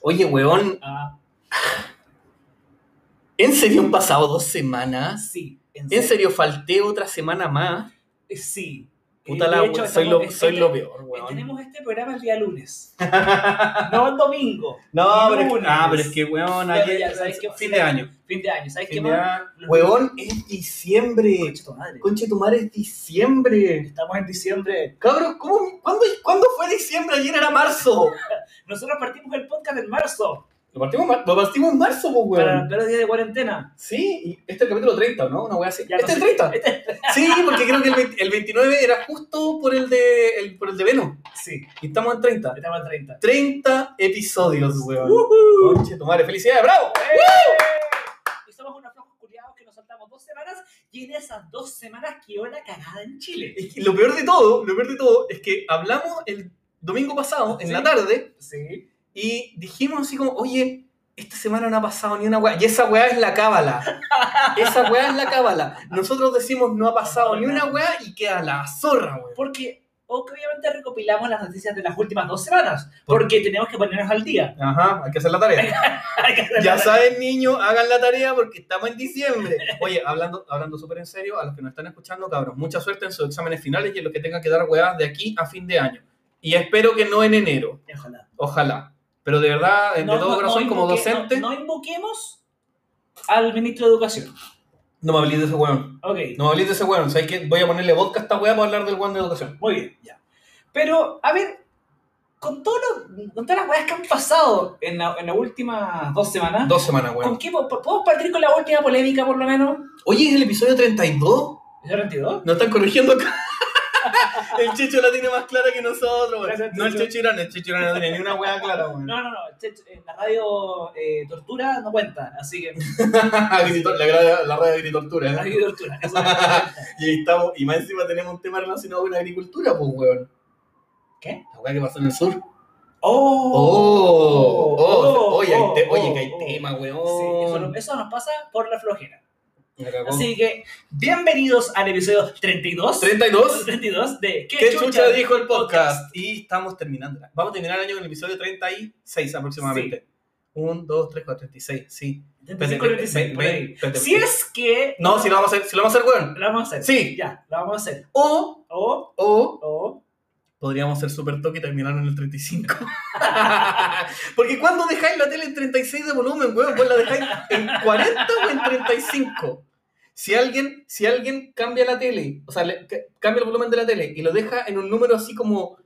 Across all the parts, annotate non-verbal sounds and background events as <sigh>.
Oye, weón, Ah, ¿en serio han pasado dos semanas? sí. En ¿En serio. serio falté otra semana más? Eh, Sí. Puta Eh, la de we- hecho, soy, estamos- lo, este- soy lo peor, eh, weón. Tenemos este programa el día <laughs> lunes. no el domingo. No, pero es, que- este Lunes. ah, pero es que, weón, Pero ayer- ya, ¿sabes qué? fin de año. Fin de año. ¿Sabes qué Fin de más? año. Weón, es diciembre. Concha tu madre. Conche tu madre, es diciembre. Estamos en diciembre. Cabros, ¿cómo, ¿cuándo, ¿cuándo fue diciembre? Ayer era marzo. Nosotros partimos el podcast en marzo. Lo partimos, mar- lo partimos en marzo, pues, weón. Para los primeros días de cuarentena. Sí, y este es el capítulo 30, ¿o ¿no? Una wea así. Ya este es no el 30. <laughs> Sí, porque creo que el, 20 el 29 era justo por el de, el- por el de Venom. Sí. Y estamos en 30. Estamos en 30. 30 episodios, weón. ¡Woohoo! Conche tu madre, felicidades, bravo. Y somos unos flojos culiados que nos saltamos dos semanas y en esas dos semanas quedó la cagada en Chile. Es que lo peor de todo, lo peor de todo es que hablamos el domingo pasado, en Sí. la tarde, Sí. y dijimos así como, oye, esta semana no ha pasado ni una weá. Y esa weá es la cábala. Esa weá es la cábala. Nosotros decimos no ha pasado ni una weá y queda la zorra, weón. Porque obviamente recopilamos las noticias de las últimas dos semanas. Porque tenemos que ponernos al día. <laughs> Ajá, hay que hacer la tarea. Hay que hacer Ya la- saben, niños, hagan la tarea porque estamos en diciembre. Oye, hablando, hablando súper en serio, a los que nos están escuchando, cabros, mucha suerte en sus exámenes finales y en los que tengan que dar huevadas de aquí a fin de año. Y espero que no en enero, Ojalá. ojalá. Pero de verdad, de No- todo no- corazón, no como invoque- docente, no, No, no invoquemos al ministro de Educación. me hables de ese hueón. Ok. No me hables de ese hueón. ¿Sabes qué? Voy a ponerle vodka a esta hueá para hablar del hueón de educación. Muy bien, ya. Pero, a ver, con, todo lo- con todas las weas que han pasado en la- en las últimas dos semanas, Dos semanas, ¿con hueón. qué po- podemos partir con la última polémica, por lo menos? Oye, ¿es el episodio 32? ¿Es el 22? Nos están corrigiendo acá. <laughs> El Checho la tiene más clara que nosotros, hueón. Gracias, No el Checho. Checho Irán, el Checho Irán no tiene ni una hueá clara, hueón. No, no, no. che- che, En la radio eh, tortura no cuenta, así que <laughs> Agritor- la, gra- la radio de agricultura. la ¿eh? radio tortura. eso <laughs> no cuenta. Y ahí estamos, y más encima tenemos un tema relacionado con la agricultura, pues, weón. ¿Qué? La weá que pasó en el sur. Oh, ¡Oh! oye, hay te- oye, que hay oh. tema, Sí, eso, weón. no- eso nos pasa por la flojera. Me cagó. Así que, bienvenidos al episodio 32. 32. 32 de ¿Qué, ¿Qué chucha dijo el podcast? Y estamos terminando. Vamos a terminar el año con el episodio 36 aproximadamente. 1, 2, 3, 4, 36, sí. 35, 46, por ahí. Espérate, Si es que. No, si lo vamos a hacer, si lo vamos a hacer, weón. Lo vamos a hacer. Sí. Ya, lo vamos a hacer. O, O, o, o. podríamos ser super toque y terminar en el 35. <laughs> Porque cuando dejáis la tele en 36 de volumen, weón, vos la dejáis en 40 o en 35. Si alguien, si alguien cambia la tele, o sea, le- ca- cambia el volumen de la tele y lo deja en un número así como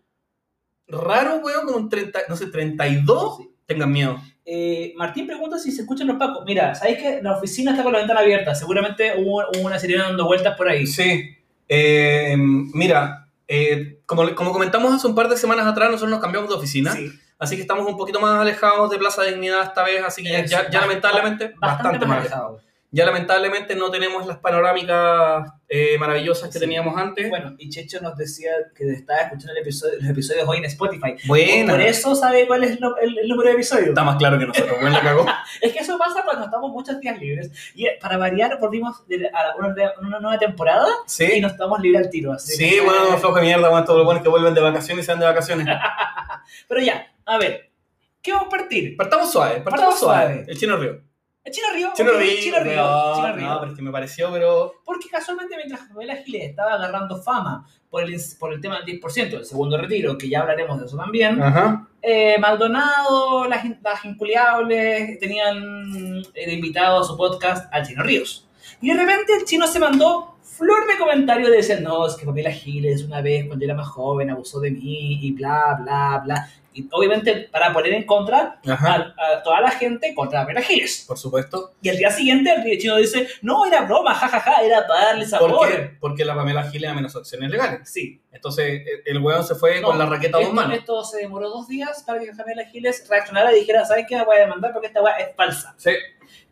raro, weón, como un 30, no sé, 32, Sí. tengan miedo. Eh, Martín pregunta si se escuchan los pacos. Mira, ¿sabéis que la oficina está con la ventana abierta? Seguramente hubo, hubo una sirena dando vueltas por ahí. Sí. Eh, mira, eh, como, como comentamos hace un par de semanas atrás, nosotros nos cambiamos de oficina. Sí. Así que estamos un poquito más alejados de Plaza Dignidad esta vez, así que ya, Eso, ya- ya bast- lamentablemente, bastante más alejados. alejado. Ya lamentablemente no tenemos las panorámicas eh, maravillosas que Sí. teníamos antes. Bueno, y Checho nos decía que estaba escuchando el episodio, los episodios hoy en Spotify. Buena. Por eso sabe cuál es lo- el, el número de episodio. Está más claro que nosotros, bueno, la <laughs> cagó. Es que eso pasa cuando estamos muchos días libres. Y eh, para variar, volvimos de- a una, una nueva temporada y Sí, nos estamos libres al tiro. Así sí, que- bueno, flojo de mierda, bueno, todos los buenos que vuelven de vacaciones y se van de vacaciones. Pero ya, a ver, ¿qué vamos a partir? Partamos suave, partamos Partamos suave. suave. El Chino Río. ¿El Chino Río? Chino ok, Río, Chino Río. weón, Chino Río. No, pero es que me pareció, pero... Porque casualmente mientras Pamela Giles estaba agarrando fama por el, por el tema del 10%, el segundo retiro, que ya hablaremos de eso también, Ajá. eh, Maldonado, las, in- las inculiables, tenían eh, de invitado a su podcast al Chino Ríos. Y de repente el chino se mandó flor de comentarios de decir, no, es que Pamela Giles una vez cuando yo era más joven abusó de mí y bla, bla, bla. Y obviamente para poner en contra Ajá. a, a toda la gente contra Pamela Giles. Por supuesto. Y al día siguiente el chino dice, no, era broma, jajaja, era para darle sabor. Porque, porque la Pamela Giles amenazó acciones legales. Sí. Entonces, el- el weón se fue con No, la raqueta a dos esto- manos. Esto se demoró dos días para que Pamela Giles reaccionara y dijera, ¿sabes qué? La voy a demandar porque esta weá es falsa. Sí.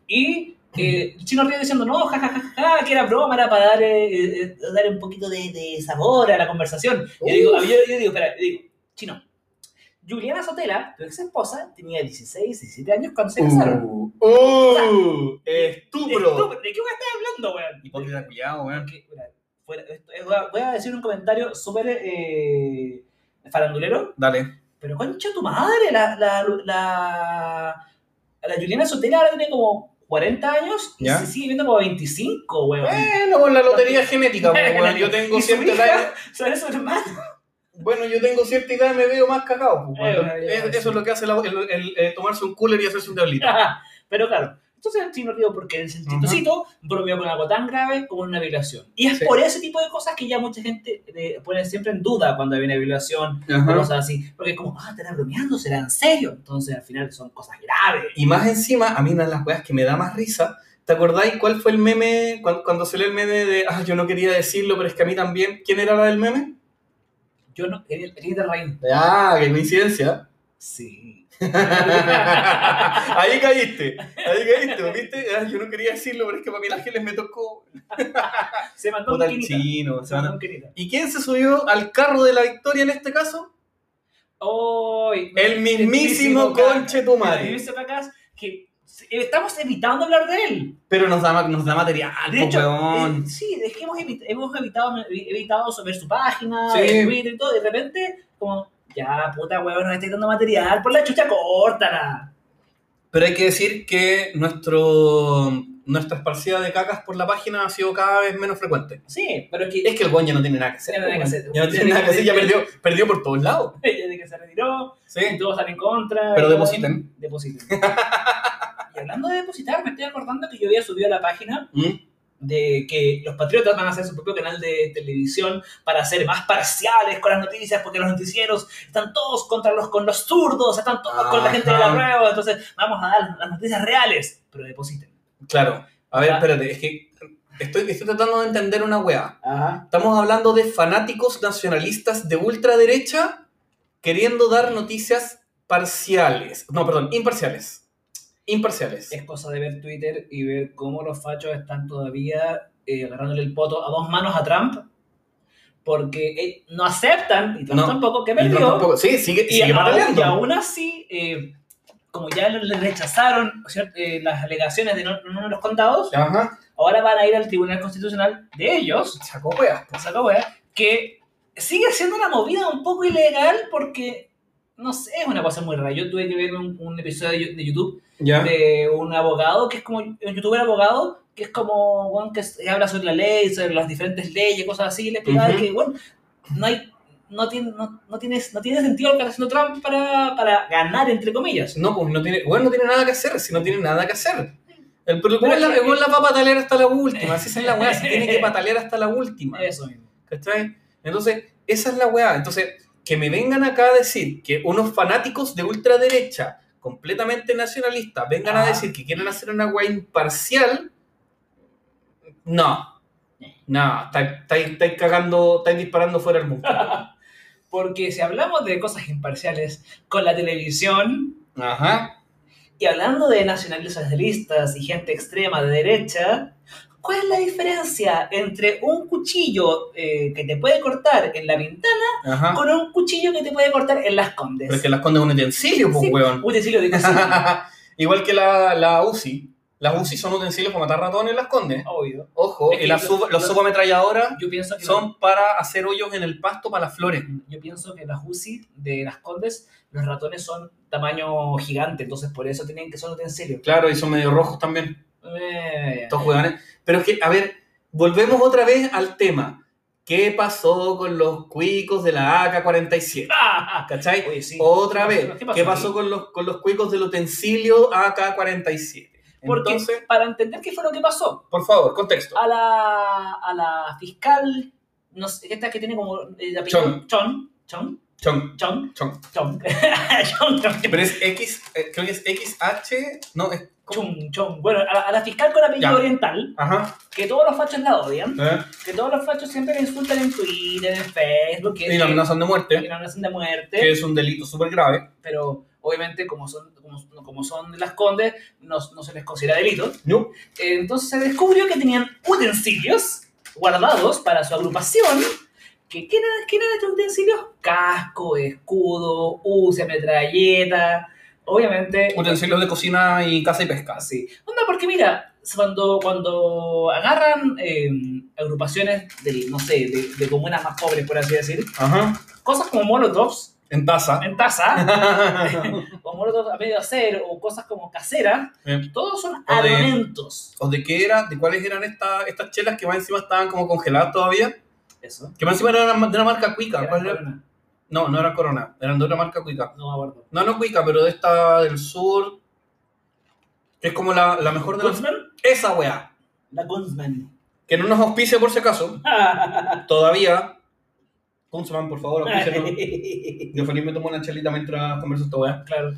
Y eh, el chino ríe diciendo, no, jajajaja, que era broma, era para dar, eh, eh, dar un poquito de, de sabor a la conversación. Y yo digo, Uf. yo, yo digo, espera, yo digo, chino, Juliana Sotela, tu ex esposa, tenía 16, 17 años cuando se casaron. Uh, uh, estupro. Estúpido, ¿De qué weá estás hablando, weón? Hipócrita culiado, weón. Porque, mira, fuera- esto- eh, voy a- voy a decir un comentario súper eh, farandulero. Dale. Pero concha tu madre, la, la, la, la Juliana Sotera ahora tiene como 40 años y ¿Ya? se sigue viendo como 25, weón. Bueno, con la lotería genética, pues, <laughs> weón. Yo tengo y su cierta edad. hija, <laughs> ¿sabes su hermano? Bueno, yo tengo cierta edad me veo más cagado, pues, weón. Eh, Es- ya, Eso sí. es lo que hace la- el, el- eh, tomarse un cooler y hacerse un diablito. Pero claro, entonces el chino río porque el chistosito bromeó con algo tan grave como una violación. Y es Sí. por ese tipo de cosas que ya mucha gente eh, pone siempre en duda cuando hay una violación o Ajá. cosas así. Porque es como, ah, estará bromeando, será en serio. Entonces al final son cosas graves. Y más encima, a mí una de las weas que me da más risa, ¿te acordáis cuál fue el meme? Cuando, cuando salió el meme de, ah, yo no quería decirlo, pero es que a mí también. ¿Quién era la del meme? Yo no, el, el de Rain. Ah, qué coincidencia. Sí. <laughs> ahí caíste, ahí caíste, ¿viste? Ah, yo no quería decirlo, pero es que para mí Ángeles me tocó. Se mandó un Puta el quinita. chino. Se mandó un quinita. ¿Y quién se subió al carro de la victoria en este caso? Ay, El mismísimo conche tu El madre. mismísimo Cacas, que estamos evitando hablar de él. Pero nos da, ma- nos da material, Ah, De po, hecho, weón. eh, sí, es que hemos, evit- hemos evitado, evitado sobre su página, Sí. en Twitter y todo, y de repente, como, ya, puta weón, nos estáis dando material, por la chucha, córtala. Pero hay que decir que nuestro, nuestra esparcida de cacas por la página ha sido cada vez menos frecuente. Sí, pero es que, <laughs> Es que el buen ya no tiene nada que hacer. Ya no tiene po, que weón. hacer. Ya no tiene nada que hacer, ya perdió, <laughs> perdió por todos lados. desde que se retiró, Sí. todos están en contra. Pero y- depositen. Depositen. <laughs> y hablando de depositar, me estoy acordando que yo había subido a la página ¿Mm? de que los patriotas van a hacer su propio canal de televisión para ser más parciales con las noticias, porque los noticieros están todos contra los con los zurdos, están todos con la gente de la Ajá. prueba, entonces vamos a dar las noticias reales, pero depositen. Claro. A ver, Ya. espérate, es que estoy, estoy tratando de entender una weá. Ajá. Estamos hablando de fanáticos nacionalistas de ultraderecha queriendo dar noticias parciales. No, perdón, imparciales. Imparciales. Es cosa de ver Twitter y ver cómo los fachos están todavía eh, agarrándole el poto a dos manos a Trump, porque eh, no aceptan, y Trump No. tampoco, que Y perdió. no, tampoco- sí, sigue, Y, sigue aún, pataleando. y aún así, eh, como ya le rechazaron ¿cierto? Eh, las alegaciones de no- uno de los contados, Ajá. ahora van a ir al Tribunal Constitucional de ellos, Sacó weas. po. o sea, como es, que sigue siendo una movida un poco ilegal porque, no sé, es una cosa muy rara. Yo tuve que ver un, un episodio de YouTube Ya. de un abogado, que es como un youtuber abogado, que es como, bueno, que se- habla sobre la ley, sobre las diferentes leyes, cosas así, y le explicaba Ujú. que, bueno, no hay... No tiene, no, no tiene, no tiene sentido lo que está haciendo Trump para, para ganar, entre comillas. No, pues no tiene, bueno, no tiene nada que hacer, si no tiene nada que hacer. El, pero el Pero weón la, es que- el weón la va a patalear hasta la última, así es la weá, se tiene <laughs> que patalear hasta la última. Eso mismo. ¿Cachai? Entonces, esa es la weá. Entonces, que me vengan acá a decir que unos fanáticos de ultraderecha, completamente nacionalistas, vengan a Ajá. decir que quieren hacer una weá imparcial, no. No, estáis- estáis estáis cagando, estáis disparando fuera del <laughs> mundo. Porque si hablamos de cosas imparciales con la televisión Ajá. y hablando de nacionalistas y gente extrema de derecha, ¿cuál es la diferencia entre un cuchillo eh, que te puede cortar en la ventana Ajá. con un cuchillo que te puede cortar en las condes? Pero es que las condes un utensilio, pues, Sí, pues. weón. utensilio <laughs> de cocina, Igual que la, la UCI. Las UCI son utensilios para matar ratones en las condes. obvio. Ojo, Es que y las lo- sub- lo- los subametralladoras Yo pienso que son para hacer hoyos en el pasto para las flores. yo pienso que las UCI de las condes, los ratones son tamaño gigante, entonces por eso tienen que son utensilios. Claro, y son medio rojos también, Eh, estos hueones. Pero es que, a ver, volvemos otra vez al tema. ¿Qué pasó con los cuicos de la AK-47? ¿Cachai? <laughs> Oye, sí. Otra ¿Qué vez, pasó? ¿qué ahí? pasó con los, con los cuicos del utensilio AK-47? Porque Entonces, para entender qué fue lo que pasó, por favor, contexto. a la, a la fiscal, no sé, esta que tiene como eh, de apellido- Chon, Chon, Chon, Chon, chon. Chon, <laughs> Chon, Pero es X, eh, creo que es XH, no, es... ¿cómo? Chon, Chon. Bueno, a la, a la fiscal con apellido Ya. oriental, Ajá. que todos los fachos la odian, ¿eh? que todos los fachos siempre la insultan en Twitter, en Facebook, que Y la amenazan de que muerte, la amenazan de muerte. que es un delito súper grave. Pero obviamente, como son, como, como son de las condes, no, no se les considera delito. No. Eh, Entonces se descubrió que tenían utensilios guardados para su agrupación. que ¿Quién eran, quién eran estos utensilios? Casco, escudo, UCI, metralleta. Obviamente. Utensilios de cocina y caza y pesca. Así. Onda, porque mira, cuando, cuando agarran eh, agrupaciones del, no sé, de, de comunas más pobres, por así decir, Ajá. cosas como molotovs en taza. en taza, <laughs> o morotos a medio hacer, o cosas como caseras, Eh. todos son O de- armamentos. ¿O de qué era? ¿De cuáles eran esta- estas chelas que más encima estaban como congeladas todavía? Eso. Que más encima eran de una marca cuica. Era ¿cuál era? corona. No, no era Corona, eran de otra marca cuica. No me acuerdo. No, no cuica, pero de esta del sur. Que es como la, la mejor de las... ¿Gunsman? Esa weá. La Gunsman. Que no nos auspicia por si acaso. Todavía. Kunzman, por favor, auspícianos. <laughs> Yo feliz me tomo una chelita mientras converso esta weá. claro.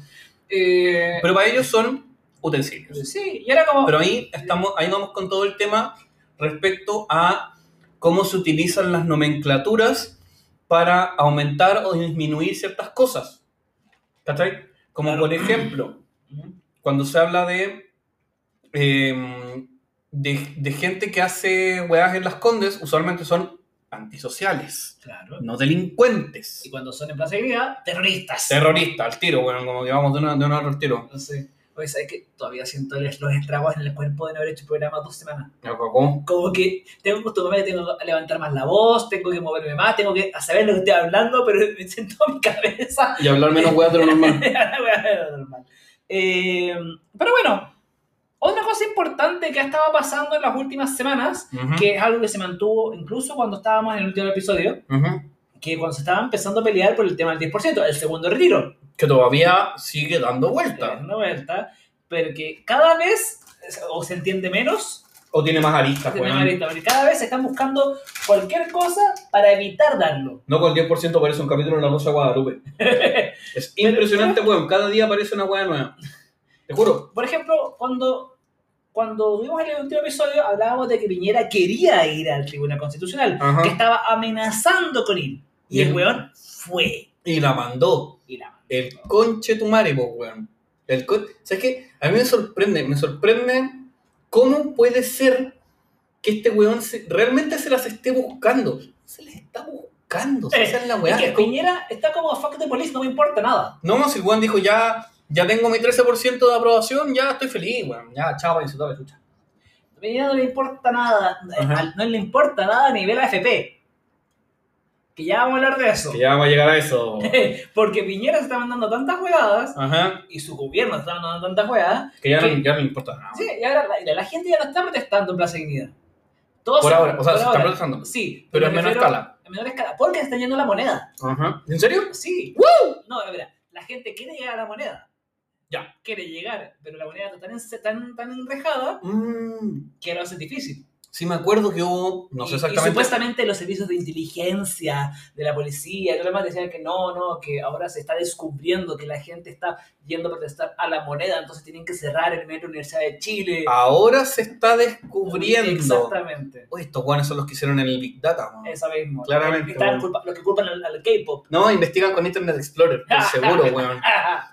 Eh, Pero para ellos son utensilios. sí, y era como... Pero ahí estamos, ahí vamos con todo el tema respecto a cómo se utilizan las nomenclaturas para aumentar o disminuir ciertas cosas. ¿Cachai? Como Claro. por ejemplo, Ujú. cuando se habla de, eh, de, de gente que hace weas en las condes, usualmente son antisociales, Claro. no delincuentes. Y cuando son en Plaza Dignidad, terroristas. Terrorista, al tiro, bueno, como que vamos de una, de una al tiro. Entonces, oye, ¿sabes qué? Todavía siento los los estragos en el cuerpo de no haber hecho programa dos semanas. Ya, ¿cómo? Como que tengo acostumbrarme, tengo que levantar más la voz, tengo que moverme más, tengo que saber lo que estoy hablando, pero <laughs> me siento en mi cabeza. <laughs> Y hablar menos weas de lo normal. Era normal. Eh, pero bueno, otra cosa importante que ha estado pasando en las últimas semanas, <laughs> Ujú, que es algo que se mantuvo incluso cuando estábamos en el último episodio, ujú. que cuando se estaba empezando a pelear por el tema del 10%, el segundo retiro. Que todavía sigue dando vuelta. dando vuelta, pero que cada vez o se entiende menos, O tiene más se aristas, entiende weón. menos, porque cada vez están buscando cualquier cosa para evitar darlo. No con el 10% aparece un capítulo de La Rosa de Guadalupe. Es impresionante, weón. Cada día aparece una wea nueva. Te juro. Por ejemplo, cuando, cuando vimos el último episodio, hablábamos de que Piñera quería ir al Tribunal Constitucional, Ajá. que estaba amenazando con ir. Y el Bien. weón fue. Y la mandó. Y la- El conche tu mare, po, weón. El con... ¿Sabes qué? A mí me sorprende, me sorprende cómo puede ser que este weón se- realmente se las esté buscando. Se les está buscando. o sea, Eh, esa es la Es weá. que Es como- Piñera está como fuck the police, no me importa nada. No, si el weón dijo ya, ya tengo mi 13% de aprobación, ya estoy feliz, weón. Ya, chao, para insultar, chucha. A Piñera no le importa nada. eh, Ajá. al- No le importa nada a nivel AFP. Que ya vamos a hablar de eso. ya va a llegar a eso. <laughs> Porque Piñera se está mandando tantas jugadas Ajá. y su gobierno se está mandando tantas jugadas. Que ya, no, Sí. ya no le importa nada. Sí, y ahora la, la gente ya no está protestando en Plaza Dignidad. Todos Por se- ahora, o sea, por se está ahora. protestando. Sí, Pero me en menor refiero- escala. En menor escala, porque están yendo la moneda. Ajá. ¿En serio? Sí. No, mira, la gente quiere llegar a la moneda. Ya. Quiere llegar, pero la moneda está tan, en- tan, tan enrejada Mm, que lo hace difícil. sí, me acuerdo que hubo, no Y- sé Y, exactamente. supuestamente los servicios de inteligencia, de la policía, y todo lo demás decían que no, no, que ahora se está descubriendo que la gente está yendo a protestar a la moneda, entonces tienen que cerrar el metro Universidad de Chile. Ah, Ahora se está descubriendo. Exactamente. Oye, estos guanes son los que hicieron el Big Data, weón. Eso mismo. Claramente, Están bueno. culpa- los que culpan al, al K-pop. <laughs> No, investigan con Internet Explorer, por <laughs> seguro, weón.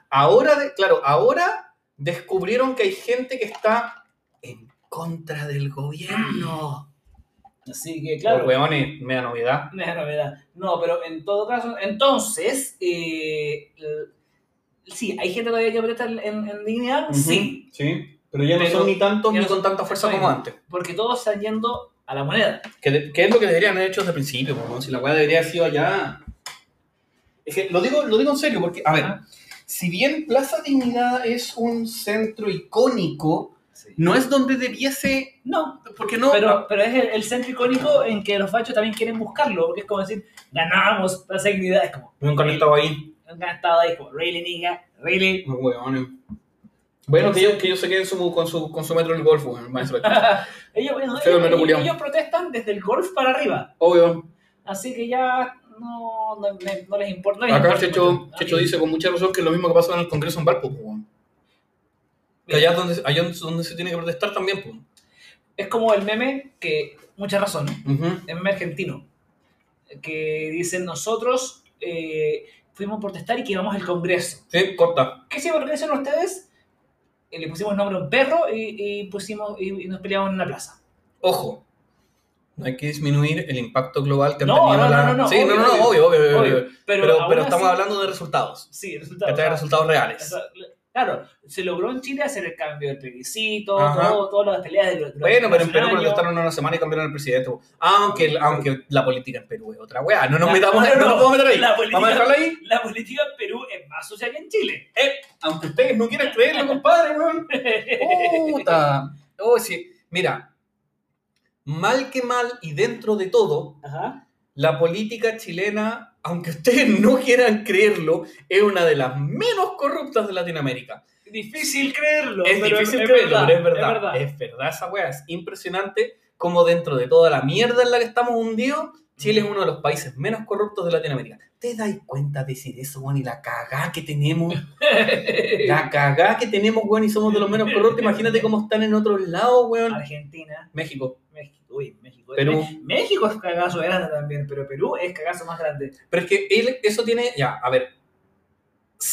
Ahora, de- claro, ahora descubrieron que hay gente que está en contra del gobierno. Así que, Los claro. weones, media novedad. No es novedad. No, pero en todo caso, entonces, eh, l- sí, hay gente todavía que protesta en, en dignidad, sí, Ujú, Sí. Pero ya no Pero- son ni tantos ya ni no son- con tanta fuerza Bueno. como antes. porque todos están yendo a la moneda. Que, de- que es lo que deberían haber hecho desde el principio, po, si la weá debería haber sido allá. Es que lo digo, lo digo en serio, porque, a ver, Ajá. si bien Plaza Dignidad es un centro icónico, no es donde debiese. No, Porque no. Pero, pero es el, el centro icónico en que los fachos también quieren buscarlo, porque es como decir, ganamos la seguridad, es como, Nunca han estado ahí. han estado ahí, como, really nigga, really. No, weones. Bueno, que ellos, que ellos se queden su- con, su, con su metro del golf, weón, maestro. <laughs> ellos, bueno, Feo, ellos- me lo ellos- culiao. ellos protestan desde el golf para arriba, Obvio. así que ya no, no, me- no les importa. no les Acá importa Checho, mucho. Checho dice con mucha razón que es lo mismo que pasa en el Congreso en Valpo, po, weón. Que allá es donde, allá es donde se tiene que protestar también, pues. Es como el meme que, mucha razón, el meme argentino, que dicen nosotros eh, fuimos a protestar y quemamos el Congreso. Sí, corta. ¿Qué se organizan ustedes? Y le pusimos nombre a un perro y, y pusimos, y, y nos peleamos en una plaza. Ojo, no hay que disminuir el impacto global que han No, tenido no, la- no, no, sí, no, obvio, no, obvio. obvio, obvio, obvio, Obvio, obvio. Eh, Pero, pero aún estamos así- hablando de resultados. Sí, Que resultado. trae resultados reales. Eso- Claro, se logró en Chile hacer el cambio del plebiscito, Ajá. todo, todas las peleas de los. de los Bueno, pero en Perú años. protestaron una semana y cambiaron el presidente. po. Aunque, el- aunque la política en Perú es otra weá. No nos metamos <laughs> no no, nos no. podemos meter ahí. La Vamos a política, dejarla ahí. la política en Perú es más social que en Chile. Aunque ustedes no quieran creerlo, compadre, weón. Puta. <laughs> Oh, sí. Mira, mal que mal y dentro de todo, <laughs> Ajá. la política chilena, aunque ustedes no quieran creerlo, es una de las menos corruptas de Latinoamérica. Difícil creerlo. Es pero difícil creerlo, verdad, pero es verdad. Es verdad, esa weá. Es impresionante como dentro de toda la mierda en la que estamos hundidos, Chile es uno de los países menos corruptos de Latinoamérica. ¿Te dais cuenta de decir eso, weón? Y la cagá que tenemos. <laughs> La cagá que tenemos, weón, y somos de los menos corruptos. Imagínate cómo están en otros lados, weón. Argentina, México. México, uy, México. Perú. Me- México es cagazo grande también, pero Perú es cagazo más grande. Pero es que él- eso tiene, ya, a ver,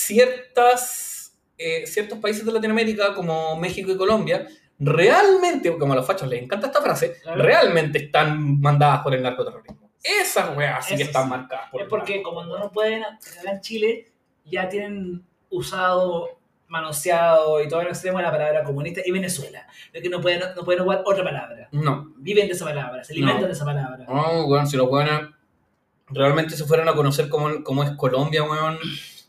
ciertas, eh, ciertos países de Latinoamérica, como México y Colombia, realmente, como a los fachos les encanta esta frase, Claro. realmente están mandadas por el narcoterrorismo. Esas weas sí que Eso están sí. marcadas por es el porque como no nos pueden cagar en Chile, ya tienen usado, manoseado y todo el extremo la palabra comunista y Venezuela. De que no pueden, no pueden ocupar otra palabra. narco. No, Viven de esa palabra, se alimentan No. de esa palabra. no, weón, si los weones realmente se fueran a conocer cómo, cómo es Colombia, weón,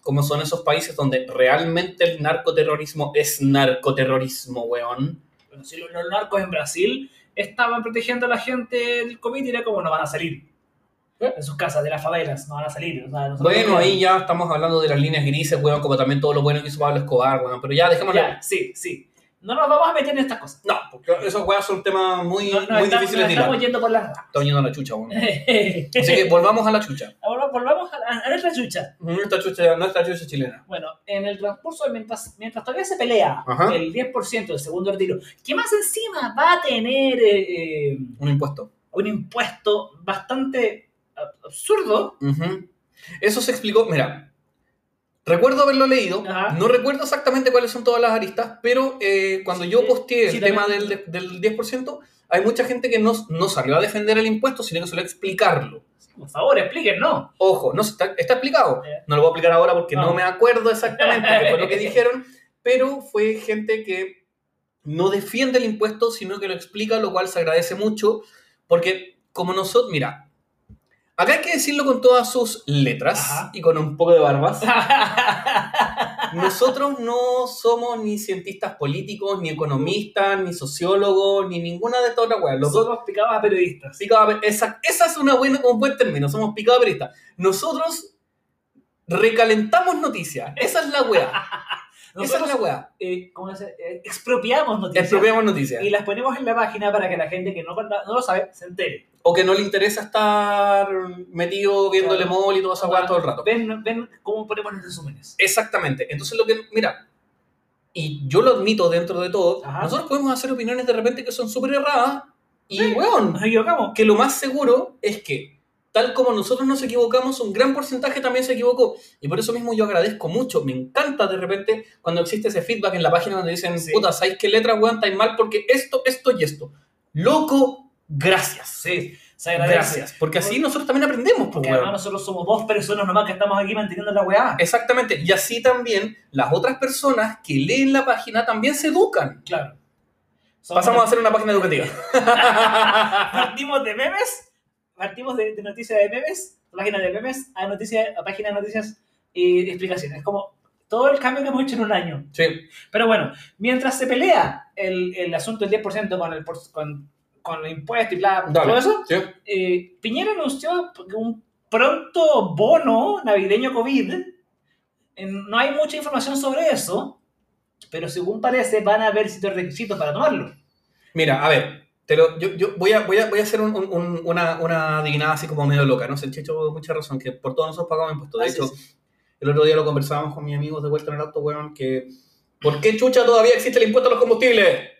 cómo son esos países donde realmente el narcoterrorismo es narcoterrorismo, weón. Bueno, si los, los narcos en Brasil estaban protegiendo a la gente del COVID, era como no van a salir. ¿Eh? De sus casas, de las favelas, no van a salir. o sea, nosotros- Bueno, ahí ya estamos hablando de las líneas grises, weón, como también todo lo bueno que hizo Pablo Escobar, weón, pero ya dejémoslo. Ya, sí, sí. No nos vamos a meter en estas cosas. No, porque esos weas son temas muy, No, muy no, estamos, difíciles nos de hilar. estamos yendo por las ramas. Está yendo a la chucha, weón. <laughs> Así que volvamos a la chucha. <laughs> Ahora volvamos a, a- a nuestra chucha. Nuestra chucha, nuestra chucha chilena. Bueno, en el transcurso, de mientras, mientras todavía se pelea Ajá. el 10% del segundo retiro, que más encima va a tener eh, eh, Un impuesto. un impuesto bastante ab- absurdo. Ujú. Eso se explicó, mira. Recuerdo haberlo leído, Ajá. no recuerdo exactamente cuáles son todas las aristas, pero eh, cuando yo Sí, posteé sí, el también. tema del, del 10%, hay mucha gente que no, no salió a defender el impuesto, sino que salió a explicarlo. Por favor, explíquenlo. Ojo, no se está, está explicado. Ya. No lo voy a explicar ahora porque no, No. me acuerdo exactamente qué fue lo que dijeron, pero fue gente que no defiende el impuesto, sino que lo explica, lo cual se agradece mucho, porque como nosotros, mira, acá hay que decirlo con todas sus letras Ajá. y con un poco de barbas. Nosotros no somos ni cientistas políticos, ni economistas, ni sociólogos, ni ninguna de todas las weas. Los dos <laughs> Nosotros picabas a periodistas. Picado, esa, esa es una buena, un buen término, somos picado peristas. Nosotros recalentamos noticias, esa es la <laughs> weá, esa es Nosotros la weá. eh, ¿cómo se dice? Eh, expropiamos noticias Expropiamos noticias. y las ponemos en la página para que la gente que no, no lo sabe se entere. O que no le interesa estar metido viéndole Claro. mol y toda esa weá todo el rato. Ven, ven cómo ponemos los resúmenes. Exactamente, entonces lo que, mira, y yo lo admito dentro de todo, Ajá. nosotros podemos hacer opiniones de repente que son súper erradas y weón, Nos equivocamos. que lo más seguro es que, tal como nosotros nos equivocamos, un gran porcentaje también se equivocó. Y por eso mismo yo agradezco mucho, me encanta de repente cuando existe ese feedback en la página donde dicen, Sí. puta, ¿sabes qué letra, weón, estáis mal? Porque esto, esto y esto. Loco, gracias. Sí, se agradece. Gracias. Porque así nosotros también aprendemos, pues, Porque weón. además nosotros somos dos personas nomás que estamos aquí manteniendo la weá. Eh, Exactamente. Y así también las otras personas que leen la página también se educan. Claro. Somos- Pasamos a hacer una página educativa. Partimos de memes, partimos de, de noticias de memes, página de memes, a, noticia, a página de noticias y explicaciones. Es como todo el cambio que hemos hecho en un año. <laughs> sí. Pero bueno, mientras se pelea el, el asunto del 10% con el, por- con, con el impuesto y bla, bla, Dale. todo eso, Sí. eh, Piñera anunció un pronto bono navideño COVID. Eh, No hay mucha información sobre eso, pero según parece van a haber ciertos requisitos para tomarlo. Mira, a ver, te lo- yo, yo voy, a, voy, a, voy a hacer un- un- un- una, una adivinada así como medio loca, ¿no? sé, El Checho tuvo mucha razón, que por todos nosotros pagamos impuestos. De Así hecho, el otro día lo conversábamos con mis amigos de vuelta en el auto, weón, que ¿por qué chucha todavía existe el impuesto a los combustibles?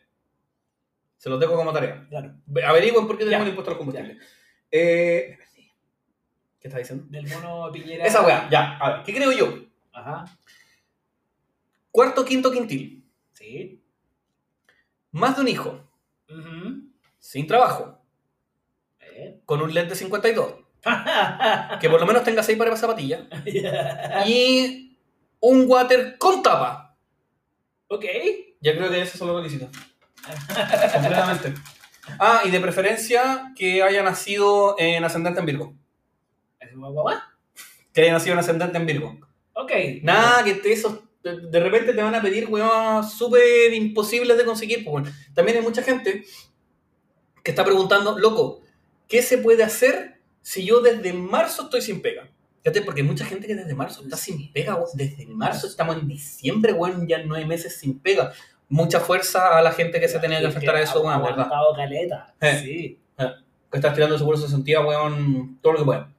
Se los dejo como tarea. Claro, Ve- Averigüen por qué tenemos Ya. el impuesto a los combustibles. Eh, me perdí. ¿Qué estás diciendo? del bono Piñera. Esa weá, ya. A ver, ¿qué creo yo? Ajá, Cuarto, quinto, quintil. sí. Más de un hijo, Ujú. sin trabajo, Eh. con un lente 52, que por lo menos tenga seis pares de zapatillas. y un water con tapa. Ok. Ya creo que esos son los requisitos. Completamente. Ah, y de preferencia que haya nacido en ascendente en Virgo. ¿Es guau, guau, guau? Que haya nacido en ascendente en Virgo. Ok. Nada, que te, esos, de, de repente te van a pedir weón súper imposibles de conseguir. pues, weón. También hay mucha gente que está preguntando, loco, ¿qué se puede hacer si yo desde marzo estoy sin pega? Fíjate, porque hay mucha gente que desde marzo está sin pega, weón. Desde marzo estamos en diciembre, weón, ya nueve meses sin pega. Mucha fuerza a la gente que se tenía que enfrentar a eso, weón, ha ¿verdad? aguantado caleta. Eh. Sí. que estás tirando seguro se sentía, weón, todo lo que pueda.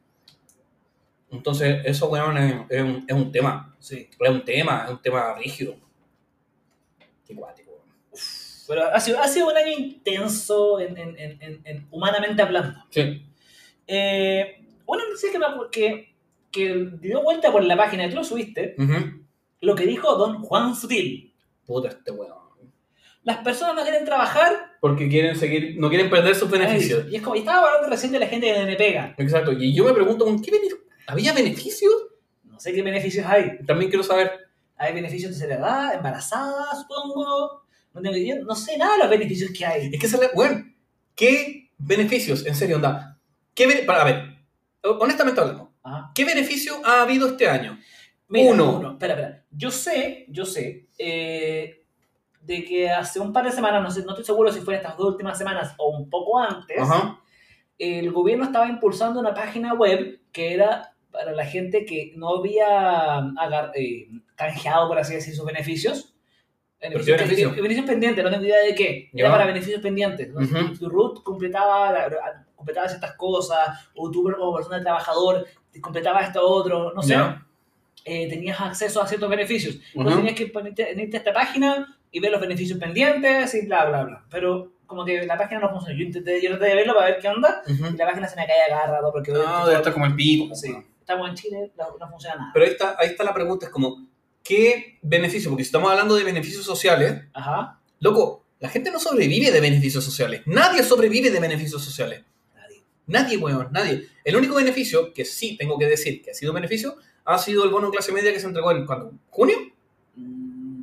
Entonces, eso, weón, es, es un, es un tema. Sí. Es un tema, es un tema rígido. Qué cuático, weón. Pero ha sido, ha sido un año intenso en, en- en- en- en- humanamente hablando. Sí. Eh, una noticia que, me acu- que, que dio vuelta por la página, tú lo subiste, Ujú. lo que dijo don Juan Sutil. Puta este weón. Las personas no quieren trabajar. Porque quieren seguir, no quieren perder sus beneficios. Y es como, y estaba hablando recién de la gente que me pega. Exacto. Y yo me pregunto, ¿con qué beneficio? ¿Había beneficios? No sé qué beneficios hay. También quiero saber. Hay beneficios de tercera edad, embarazada, supongo. No, tengo idea, no sé nada de los beneficios que hay. Es que sale, weón, ¿qué beneficios? En serio, onda. ¿Qué bene- para, a ver, honestamente hablando, Ajá. ¿qué beneficio ha habido este año? Mira, Uno. Espera, espera. Yo sé, yo sé, eh, de que hace un par de semanas, no, sé, no estoy seguro si fue estas dos últimas semanas o un poco antes, Ajá. el gobierno estaba impulsando una página web que era para la gente que no había agar- eh, canjeado, por así decir, sus beneficios. qué beneficio? pen- beneficios pendientes, no tengo idea de qué. Ya. Era para beneficios pendientes. ¿no? Ujú. Tu root completaba, la- completaba ciertas cosas, o tú como persona trabajador completaba esto otro, no sé Ya. eh, tenías acceso a ciertos beneficios. Entonces Ujú. tenías que ponerte, en irte a esta página y ver los beneficios pendientes y bla, bla, bla. Pero como que la página no funcionó. Yo intenté, yo traté de verlo para ver qué onda Ujú. y la página se me cae agarrado porque No, debe estar como el pico. Sí. estamos en Chile, no, no funciona nada. Pero ahí está, ahí está la pregunta, es como, ¿qué beneficio? Porque si estamos hablando de beneficios sociales, Ajá. loco, la gente no sobrevive de beneficios sociales. Nadie sobrevive de beneficios sociales. Nadie. Nadie, weón, nadie. El único beneficio que sí tengo que decir que ha sido beneficio ha sido el bono clase media que se entregó en ¿cuándo? ¿Junio? Mm,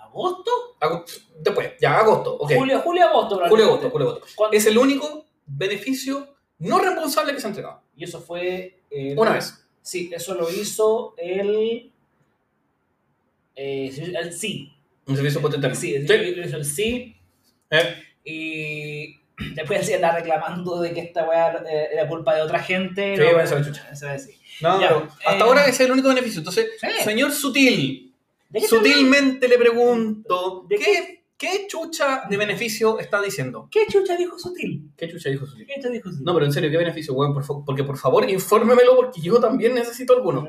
¿Agosto? Ago- Después, ya, agosto, ok. Julio, Julio, julio, agosto, agosto, julio, agosto. ¿Cuándo? Es el único beneficio no responsable que se ha entregado. Y eso fue. eh, Una vez. Sí, eso lo hizo el. eh, el sí. Un servicio potente. Sí, lo hizo el sí. Eh, Y <clears throat> después sí andaba reclamando de que esta weá eh, era culpa de otra gente. Sí, no, bueno, se la chucha. se va a decir. no, Ya, pero hasta eh, ahora ese es el único beneficio. Entonces, Sí. Señor Sutil, ¿De qué estamos- sutilmente le pregunto, ¿De ¿qué, qué chucha de beneficio está diciendo? ¿Qué chucha dijo Sutil? ¿Qué chucha dijo Sutil? ¿Qué chucha dijo Sutil? No, pero en serio, ¿qué beneficio, weón? Por fa- porque por favor, infórmemelo porque yo también necesito alguno.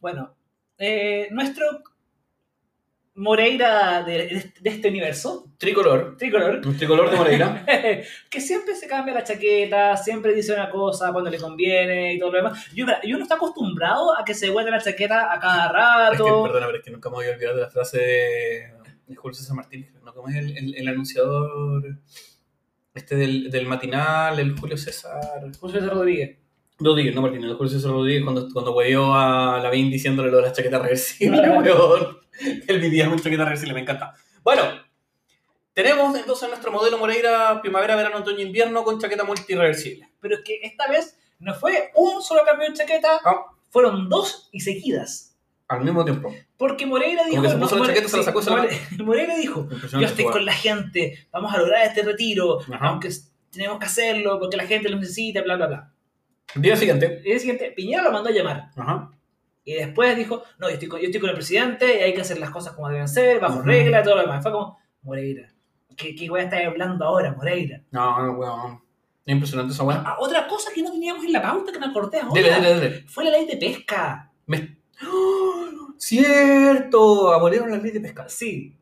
Bueno, eh, nuestro Moreira de, de- de este universo, Tricolor, Tricolor, <laughs> un tricolor de Moreira. que siempre se cambia la chaqueta, siempre dice una cosa cuando le conviene y todo lo demás. Y uno, y uno está acostumbrado a que se vuelva la chaqueta a cada es que, rato. perdona, pero es que nunca me voy a olvidar de la frase de, de Julio César Martínez. ¿no? ¿Cómo es el, el- el anunciador este del, del matinal, el Julio César? José Rodríguez. Rodríguez, no Martínez, el Julio César Rodríguez cuando, cuando huevió a Lavín diciéndole lo de las chaquetas reversibles, weón. Él vivía con chaquetas reversibles, me encanta. Bueno, tenemos entonces nuestro modelo Moreira primavera, verano, otoño, invierno con chaqueta multireversible. Pero es que esta vez no fue un solo cambio de chaqueta, Ah. fueron dos y seguidas. Al mismo tiempo. Porque Moreira dijo. que se puso la More- chaqueta, se la sí, sacó y se la- More- <laughs> Moreira dijo: Yo Impresionante. estoy con la gente, vamos a lograr este retiro, Ajá. aunque s- tenemos que hacerlo porque la gente lo necesita, bla, bla, bla. Día siguiente. Y el siguiente, Piñera lo mandó a llamar. Ajá. Y después dijo: No, yo estoy con, yo estoy con el presidente y hay que hacer las cosas como deben ser, bajo Ujú. regla, todo lo demás. Fue como: Moreira, ¿qué, qué voy a estar hablando ahora, Moreira? No, no, weón. Impresionante esa weón. Ah, otra cosa que no teníamos en la pauta que me acordé ahora Dele, dele, dele. fue la ley de pesca. ¡Oh! ¡Cierto! Abolieron la ley de pesca. Sí.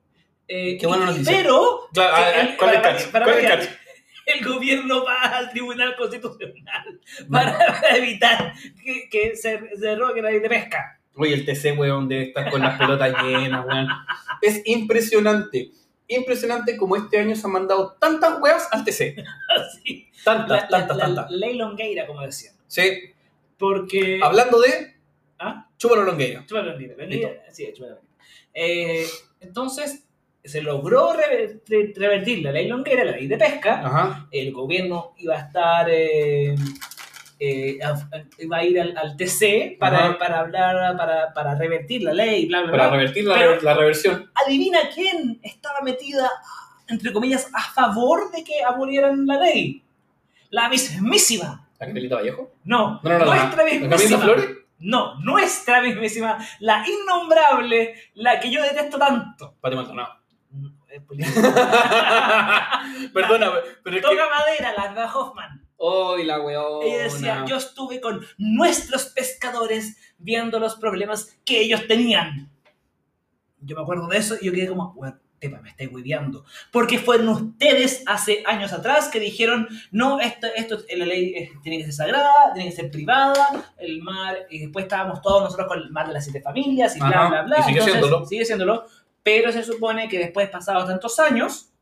Eh, Qué buena y- noticia. Pero Claro, Sí, ah, ah, el- ¿cuál es el para- catch? para- ¿Cuál es el catch? <laughs> el gobierno va al Tribunal Constitucional Mm. para <laughs> evitar que, que se, se rogue la ley de <laughs> pesca. Oye, el TC, weón, debe estar con las pelotas llenas, weón. Es impresionante. Impresionante como este año se han mandado tantas weas al TC. Sí. Tantas, La, la- tantas, la tantas. ley longueira, como decían. Sí. Porque... Hablando de. ¿Ah? Chúpalo longueira. Chúpalo, longueira, longueira, sí, chúpalo, longueira. Eh, entonces, se logró rever- re- revertir la ley longuera, la ley de pesca. Ajá. El gobierno iba a estar. eh, eh, a- a- iba a ir al, al TC para, Ajá. para hablar, para, para revertir la ley, bla, bla, bla. Para revertir la, Pero- la reversión. adivina quién estaba metida, entre comillas, a favor de que abolieran la ley. La mismísima. ¿La Caterina Vallejo? No, No, no, no. nuestra no. ¿La Camila mismísima. Flores? No, nuestra mismísima. La innombrable, la que yo <laughs> detesto tanto. <laughs> Pati Maldonado. Eh, Toca Perdona, pero es que. madera, la Alba Hoffman. ¡Oh, y la weón! Ella decía, yo estuve con nuestros pescadores viendo los problemas que ellos tenían. Yo me acuerdo de eso y yo quedé como, "Weón, tepa, me estáis hueviando. Porque fueron ustedes hace años atrás que dijeron, no, esto, esto eh, la ley eh, tiene que ser sagrada, tiene que ser privada, el mar, y después estábamos todos nosotros con el mar de las siete familias y bla, Ajá, bla, bla. y sigue Entonces, siéndolo. Sigue siéndolo, pero se supone que después, pasados tantos años,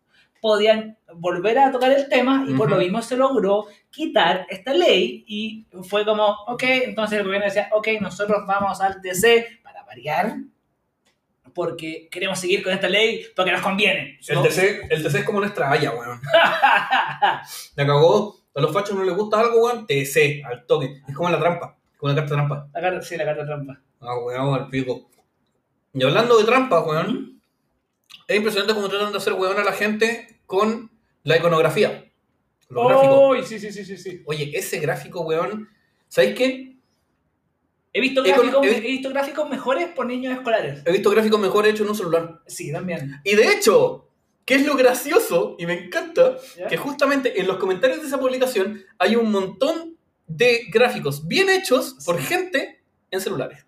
podían volver a tocar el tema y por Ujú. lo mismo se logró quitar esta ley y fue como, ok, entonces el gobierno decía, ok, nosotros vamos al TC para variar porque queremos seguir con esta ley porque nos conviene. El ¿no? TC, el TC es como nuestra haya, <laughs> weón. La cagó. A los fachos no les gusta algo, weón. TC, al toque. Es como la trampa. Como la carta trampa. La carta, sí, la carta trampa. Ah, weón, al pico. Y hablando de trampa, weón. Es impresionante cómo tratan de hacer weón a la gente con la iconografía. Los gráficos. ¡Uy! sí, sí, sí, sí, sí. Oye, ese gráfico, weón. ¿Sabéis qué? He visto, He con- gráficos, he- he visto gráficos mejores por niños escolares. He visto gráficos mejores hechos en un celular. Sí, también. Y de hecho, ¿qué es lo gracioso? Y me encanta. ¿Ya? que justamente en los comentarios de esa publicación hay un montón de gráficos bien hechos por Sí. gente en celulares.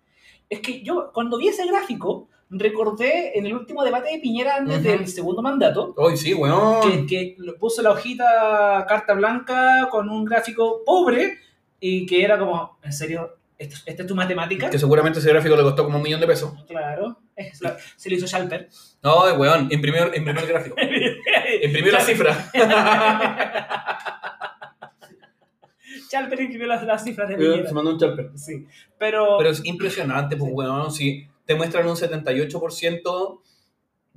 Es que yo, cuando vi ese gráfico, recordé en el último debate de Piñera antes Ujú. del segundo mandato, ¡Ay, sí, que, weón! que lo- puso la hojita carta blanca con un gráfico pobre y que era como, ¿en serio? ¿Esta, esta es tu matemática? Que seguramente ese gráfico le costó como un millón de pesos. Claro, es la- se lo hizo Schalper. No, eh, weón, imprimió, imprimió el gráfico. <laughs> Imprimió la cifra. <laughs> <laughs> Schalper imprimió las, las cifras de Piñera. Se mandó un charper. Sí, pero, Eh, Pero es impresionante, pues, Sí. weón. Si te muestran un 78%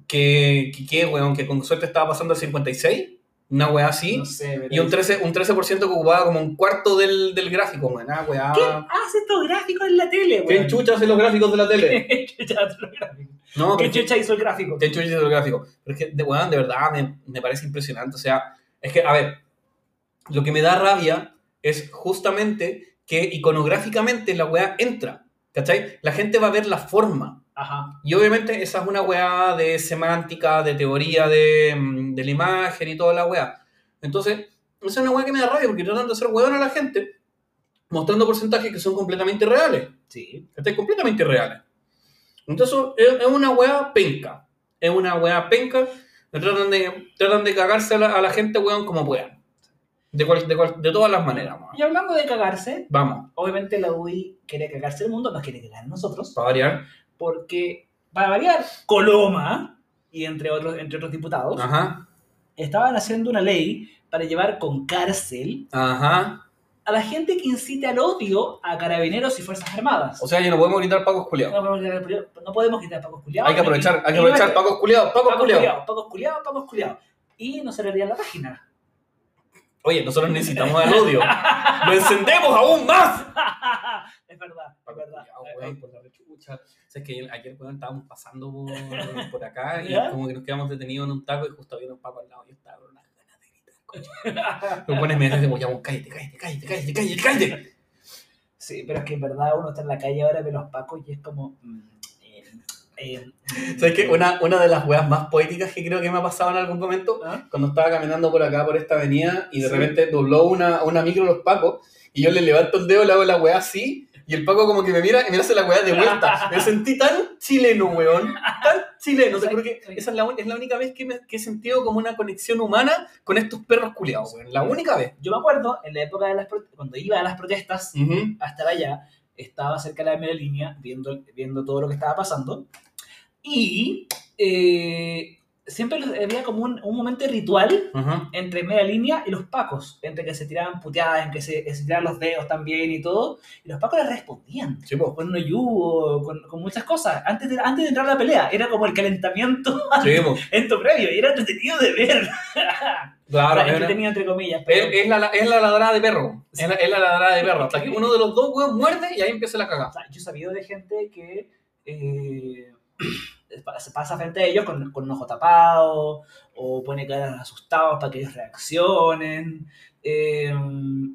que, que, que, weón, que con suerte estaba pasando el 56%, una weá así. no sé, pero- Y un 13%, un 13 que ocupaba como un cuarto del, del gráfico, weón. Ah, weá. ¿Quién hace estos gráficos en la tele, ¿Quién güey? <laughs> chucha hace los gráficos de la tele? chucha hace los gráficos? No, ¿Quién pero chucha hizo el gráfico? ¿quién chucha hace los gráficos? Pero es que, de, weón, de verdad, me, me parece impresionante. O sea, es que, a ver, lo que me da rabia es justamente que iconográficamente la weá entra. ¿Cachai? La gente va a ver la forma. Ajá. Y obviamente esa es una weá de semántica, de teoría de, mm, de la imagen y toda la weá. Entonces, esa es una weá que me da rabia porque tratan de hacer weón a la gente mostrando porcentajes que son completamente reales. Sí. ¿Cachai? Completamente irreales. Entonces, es, es una weá penca. Es una weá penca. Tratan de, tratan de cagarse a la, a la gente, weón, como puedan. De, cual- de, cual- de todas las maneras, weón. Y hablando de cagarse, Vamos, obviamente la UI quiere cagarse el mundo, nos quiere cagar a nosotros. para variar. porque, para variar, Coloma y entre otros, entre otros diputados Ajá, estaban haciendo una ley para llevar con cárcel ajá. a la gente que incite al odio a carabineros y fuerzas armadas. O sea, ya no podemos gritar Paco no, culiados. podemos quitar el pri- no podemos quitar a Paco Culeado. Hay que aprovechar, hay que aprovechar. Paco culiados, Paco Paco culiados. Culeado, Paco Culeado, Paco Culeado. Y no se le haría la página. <laughs> Oye, nosotros necesitamos el <laughs> odio. ¡Lo encendemos aún más! es verdad, es Paco verdad. culiao, weón, por la rechucha. O sea, es que ayer, weón, estábamos pasando <laughs> por, por acá y ¿Ya? como que nos quedamos detenidos en un taco y justo había un Paco al lado y yo estaba con unas ganas de gritar. coño. Los buenos me decían, ya, weón, cállate, cállate, cállate, cállate, cállate, cállate. Sí, pero es que en verdad uno está en la calle ahora ve los Pacos y es como... mm, eh, eh, <laughs> ¿Sabes qué? Una, una de las weas más poéticas que creo que me ha pasado en algún momento, ¿Ah? cuando estaba caminando por acá, por esta avenida, y de Sí. repente dobló una, una micro los Pacos, y yo le levanto el dedo, le hago la wea así, y el Paco como que me mira y me hace la wea de <laughs> vuelta. Me sentí tan chileno, weón. Tan chileno. Te juro que esa es la, un- es la única vez que, me- que he sentido como una conexión humana con estos perros culiados, weón. La única vez. Yo me acuerdo en la época de las pro- cuando iba a las protestas hasta allá, estaba cerca de la primera línea viendo, viendo todo lo que estaba pasando y eh, siempre los- había como un, un momento ritual Ajá. entre media línea y los pacos, entre que se tiraban puteadas, en que se, se tiraban los dedos también y todo, y los pacos les respondían. Sí, po. Con un yugo, con, con muchas cosas, antes de, antes de entrar a la pelea, era como el calentamiento <laughs> Sí, po. en tu previo, y era entretenido de ver. <laughs> Claro, <laughs> Eh, O sea, es una- entretenido entre comillas, pero. es, es la, es la ladrada de perro. Es la, es la ladrada de perro. Hasta que uno de los dos, weón, muerde y ahí empieza la O cagada. sea, yo he sabido de gente que eh, <clears throat> pa- se pasa frente a ellos con, con un ojo tapado o pone caras asustados para que ellos reaccionen. Eh,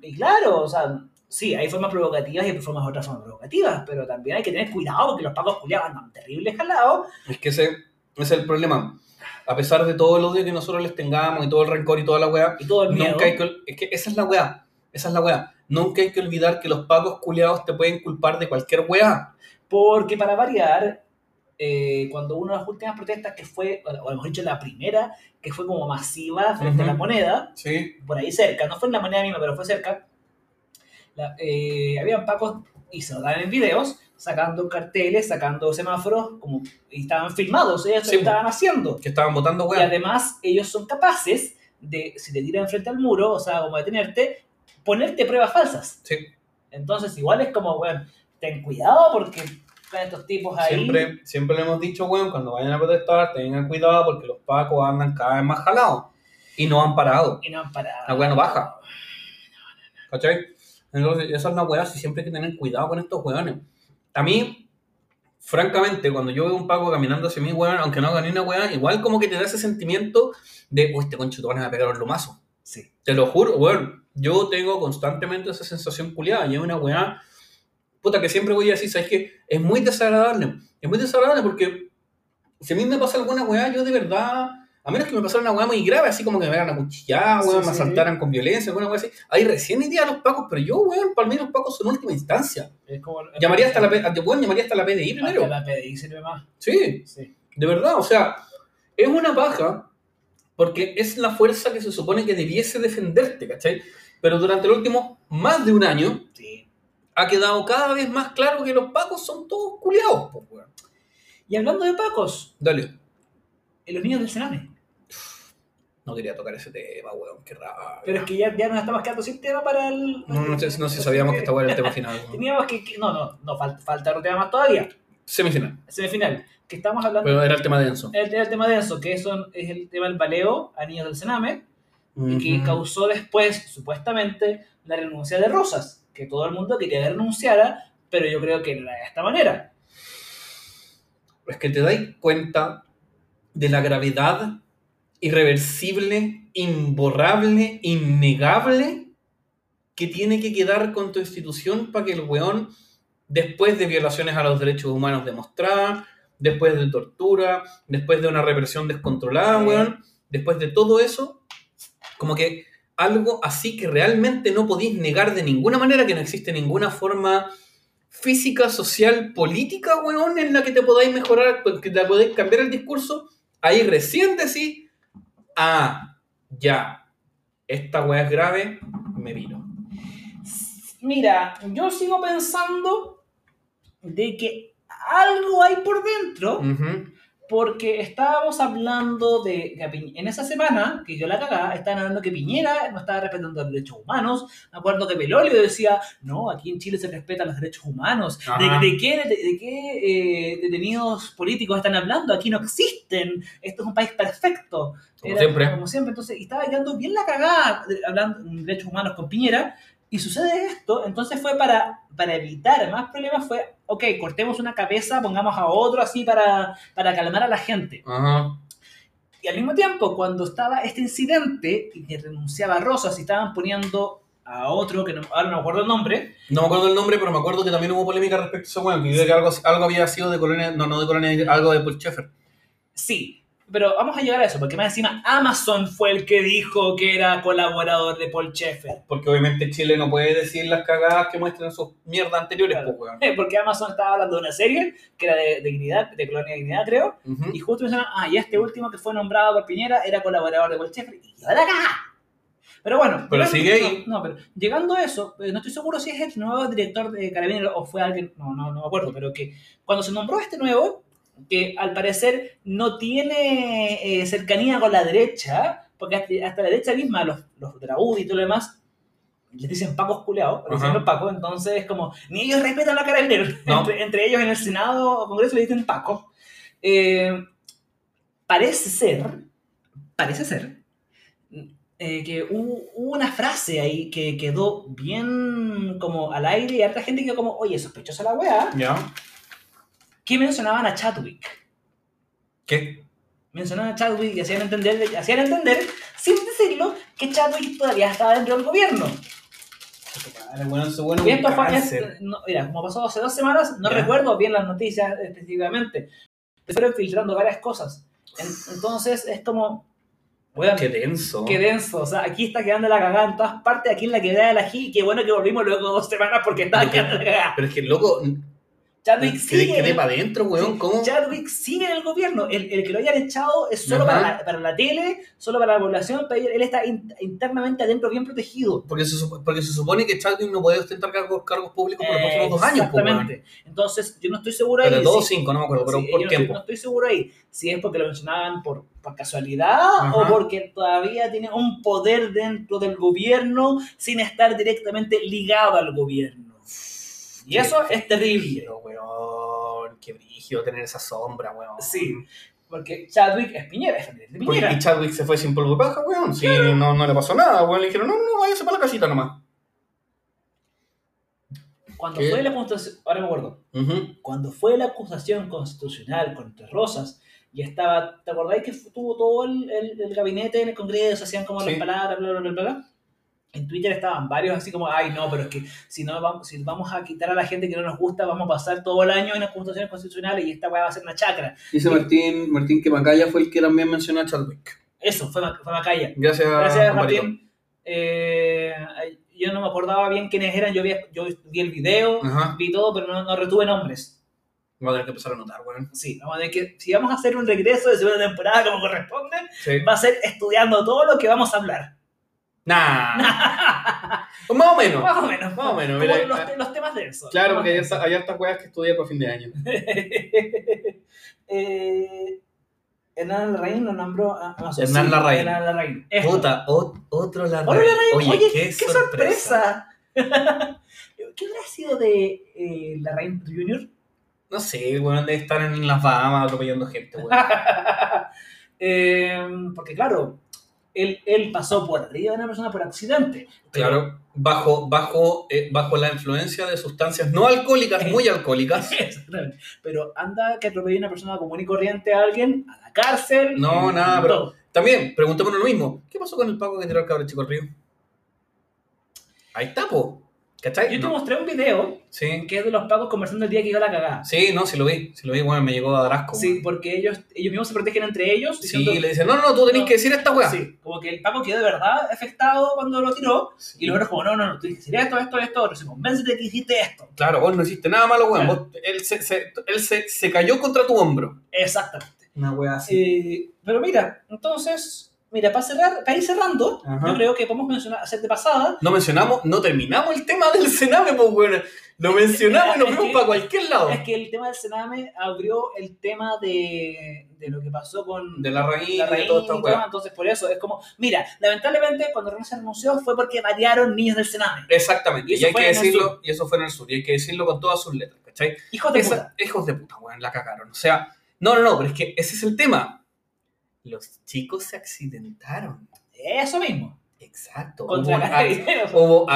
y claro, o sea, sí, hay formas provocativas y hay formas otras formas provocativas, pero también hay que tener cuidado porque los pacos culiados andan terribles jalados. Es que ese, ese es el problema. A pesar de todo el odio que nosotros les tengamos y todo el rencor y toda la weá, y todo el miedo. Nunca hay que, ol- es que esa es la weá. Esa es la weá. Nunca hay que olvidar que los pacos culeados te pueden culpar de cualquier weá. Porque para variar, eh, cuando una de las últimas protestas que fue, o mejor dicho, la primera, que fue como masiva frente a la Ujú. moneda, Sí. por ahí cerca, no fue en la moneda misma, pero fue cerca, la- eh, habían pacos, y se lo dan en videos, sacando carteles, sacando semáforos, como, y estaban filmados, ellos Sí, pues. lo estaban haciendo. Que estaban votando Y weá. además, ellos son capaces de, si te tiran frente al muro, o sea, como detenerte, ponerte pruebas falsas. Sí. Entonces, igual es como, bueno, ten cuidado porque están estos tipos ahí. Siempre, siempre le hemos dicho, weón, cuando vayan a protestar, tengan cuidado porque los pacos andan cada vez más jalados. Y no han parado. Y no han parado. La weá no Ah, baja. ¿Cachai? Entonces, esa es la weá. Si siempre hay que tener cuidado con estos weones. A mí, francamente, cuando yo veo un paco caminando hacia mí, weón, aunque no haga ni una weá, igual como que te da ese sentimiento de, uy, este concho te van a pegar los lomazos. Sí. Te lo juro, weón. Yo tengo constantemente esa sensación culiada. Y es una weá. Puta, que siempre voy a decir, ¿sabes qué? Es muy desagradable. Es muy desagradable porque si a mí me pasa alguna weá, yo de verdad. A menos que me pasara una weá muy grave, así como que me hagan acuchillar, Sí, weón, sí. me asaltaran con violencia, alguna weá así. Ahí recién iría a los pacos, pero yo, weón, para mí los pacos son última instancia. Es como- Llamaría hasta la, P- a- weón, llamaría hasta la PDI primero. Hasta la PDI sirve más. Sí. Sí. De verdad, o sea, es una paja porque es la fuerza que se supone que debiese defenderte, ¿cachai? Pero durante el último más de un año Sí. ha quedado cada vez más claro que los pacos son todos culiados, po, weón. Y hablando de pacos, Dale. en los niños del Sename. No quería tocar ese tema, weón, qué raro. Pero es que ya, ya nos estamos quedando sin tema para el. No, no sé, no sé si sabíamos que esta weá era el tema final. weón. Teníamos que. que- No, no, no, fal- falta otro tema más todavía. Semifinal. Semifinal. Que estamos hablando. Pero era el tema denso. El, el tema denso, que son, es el tema del baleo a niños del Sename, y que Ujú. causó después, supuestamente, la renuncia de Rosas, que todo el mundo quería que renunciara, pero yo creo que no era de esta manera. es que te dais cuenta de la gravedad irreversible, imborrable, innegable que tiene que quedar con tu institución para que el weón, después de violaciones a los derechos humanos demostradas, después de tortura, después de una represión descontrolada, Sí. weón, después de todo eso, como que algo así que realmente no podéis negar de ninguna manera, que no existe ninguna forma física, social, política, weón, en la que te podáis mejorar, que te podáis cambiar el discurso, ahí recién decís, ah, ya, esta weá es grave, me vino. Mira, yo sigo pensando de que algo hay por dentro. Ujú. Porque estábamos hablando de que a Piñ- en esa semana, que yo la cagaba, estaban hablando que Piñera no estaba respetando los derechos humanos. Me acuerdo que Belolio decía, no, aquí en Chile se respetan los derechos humanos. ¿De, Ajá. de qué, de, de qué eh, detenidos políticos están hablando? Aquí no existen. Esto es un país perfecto. Como Era siempre. Como siempre, entonces, y estaba quedando bien la cagada de- hablando de derechos humanos con Piñera, y sucede esto, entonces fue para, para evitar más problemas, fue, ok, cortemos una cabeza, pongamos a otro así para, para calmar a la gente. Ajá. Y al mismo tiempo, cuando estaba este incidente, y que renunciaba Rosas, y estaban poniendo a otro, que no- ahora no me acuerdo el nombre, No me acuerdo el nombre, pero me acuerdo que también hubo polémica respecto a ese weón, que yo creo que algo, algo había sido de colonia, no, no de colonia, algo de Paul Schaeffer. sí, pero vamos a llegar a eso, porque más encima Amazon fue el que dijo que era colaborador de Paul Sheffer. Porque obviamente Chile no puede decir las cagadas que muestran sus mierdas anteriores, pues, Claro. po, weón. Eh, <laughs> Porque Amazon estaba hablando de una serie que era de, de Dignidad, de Colonia Dignidad, creo. Ujú. Y justo mencionaron, ah, y este último que fue nombrado por Piñera era colaborador de Bolchefre. Y quedó la caja. Pero bueno. Pero llegando- sigue ahí. No, no, pero llegando a eso, eh, no estoy seguro si es el nuevo director de Carabineros o fue alguien, no, no, no me acuerdo, pero que cuando se nombró este nuevo, que al parecer no tiene eh, cercanía con la derecha, porque hasta, hasta la derecha misma, los, los de la UDI y todo lo demás, les dicen Pacos culeados, les dicen Ajá. los Pacos, entonces es como, ni ellos respetan a carabineros. No. Entre, entre ellos en el Senado o Congreso le dicen Paco. Eh, parece ser, parece ser, eh, que hubo, hubo una frase ahí que quedó bien como al aire y harta gente quedó como, oye, sospechosa la weá, ¿Ya? que mencionaban a Chadwick. ¿Qué? mencionaban a Chadwick y hacían entender, hacían entender, sin decirlo, que Chadwick todavía estaba dentro del gobierno. Bueno, eso bueno. Y esto un fue, cáncer. es- no, mira, como pasó hace dos semanas, no Ya. recuerdo bien las noticias específicamente. Se fueron filtrando varias cosas. En- entonces es como, weón, Qué qué, denso. denso. O sea, aquí está quedando la cagada en todas partes, aquí en la quebrada de la G, y qué bueno que volvimos luego de dos semanas porque estaba Pero que- quedando la cagada. Pero es que, loco, Chadwick sigue. quedé para adentro, weón. ¿Cómo? Chadwick sigue en el gobierno. El, el que lo hayan echado es solo Ajá. para la, para la tele, solo para la población. pero él está in- internamente adentro bien protegido. Porque se, supo- porque se supone que Chadwick no puede ostentar cargos, cargos públicos por los próximos dos años, po, weón. Exactamente. Entonces, yo no estoy seguro Pero ahí. dos o si- cinco, no me acuerdo, pero si- yo por no estoy- tiempo. No estoy seguro ahí si es porque lo mencionaban por, por casualidad Ajá. o porque todavía tiene un poder dentro del gobierno sin estar directamente ligado al gobierno. Y Qué eso es terrible. brígido, weón. Qué brígido tener esa sombra, weón. Sí. Porque Chadwick es Piñera, es familiar de Porque Piñera. y Chadwick se fue sin polvo de paja, weón. Sí, no, no le pasó nada, weón. Le dijeron, no, no, váyase para la casita nomás. Cuando ¿Qué? fue la acusación, ahora me acuerdo, Ujú. cuando fue la acusación constitucional contra Rosas y estaba, ¿te acordáis que fu- tuvo todo el, el- el gabinete en el Congreso, hacían como las Sí. palabras, bla, bla, bla, bla, bla? En Twitter estaban varios así como, ay no, pero es que si no vamos, si vamos a quitar a la gente que no nos gusta, vamos a pasar todo el año en acusaciones constitucionales y esta weá va a ser una chacra. Dice Martín, Martín que Macaya fue el que también mencionó a Chadwick. Eso, fue, Ma- fue Macaya. Gracias, Gracias, Marito. Martín. Eh, ay, yo no me acordaba bien quiénes eran, yo vi, yo vi el video, Ajá. vi todo, pero no- no retuve nombres. Vamos a tener que empezar a anotar, weón. Sí, vamos a tener que, si vamos a hacer un regreso de segunda temporada como corresponde, Sí. va a ser estudiando todo lo que vamos a hablar. <laughs> Nah. Pues más o menos. Más o menos. Más o menos, Como mira, los, ah. te- los temas de eso. Claro, porque hay harta- hay hartas weas que estudié para fin de año. <laughs> eh, Hernán Larraín lo nombró. a- a- sí, Hernán Larraín. Hernán Larraín. Esto. Puta, ot- otro la Otro Larraín. Oye, qué, qué sorpresa. <laughs> ¿Qué hubiera sido de eh, Larraín Junior? No sé, weón, debe estar en las Bahamas atropellando gente, <laughs> weón. Eh, porque claro, él, él pasó por arriba de una persona por accidente. Claro, bajo, bajo, eh, bajo la influencia de sustancias no Eh. alcohólicas, muy alcohólicas. <laughs> Exactamente. Pero anda que atropelle una persona común y corriente a alguien, a la cárcel. No, y- nada, y pero- todo. También, preguntémonos lo mismo. ¿Qué pasó con el Paco que tiró al cabrón chico al río? Ahí está, po. ¿Cachai? Yo te No. mostré un video Sí. que es de los pagos conversando el día que iba la cagada. Sí, no, sí lo vi. Sí lo vi, bueno, me llegó a dar asco. Sí, weón. porque ellos, ellos mismos se protegen entre ellos. Sí, diciendo- le dicen, no, no, no, tú tenés No. que decir esta weá. Sí, como que el Paco quedó de verdad afectado cuando lo tiró. Y los otros como, no, no, no, tú dijiste esto, esto, esto, otro. Sí, convéncete que hiciste esto. Claro, vos no hiciste nada malo, weón. Claro. Vos- él se, se- él se, se cayó contra tu hombro. Exactamente. Una weá Eh, pero mira, entonces, mira, para cerrar, para ir cerrando, Ajá. yo creo que podemos mencionar, hacer de pasada No mencionamos, no terminamos el tema del Sename, pues weón. Lo mencionamos y nos Es vemos que- para cualquier lado. Es que el tema del Sename abrió el tema de, de lo que pasó con De la raíz, la de raíz toda y esta todo, weá. entonces por eso es como, mira, lamentablemente cuando Ron se renunció fue porque variaron niños del Sename. Exactamente, Y y, eso hay fue que en el decirlo, y eso fue en el sur, y hay que decirlo con todas sus letras, ¿cachai? Hijos de Esa- puta. hijos de puta, weón, la cagaron. O sea, no, no, no, pero es que ese es el tema. Los chicos se accidentaron. Eso mismo. Exacto. Hubo, Contra un <laughs> ac- carabineros. hubo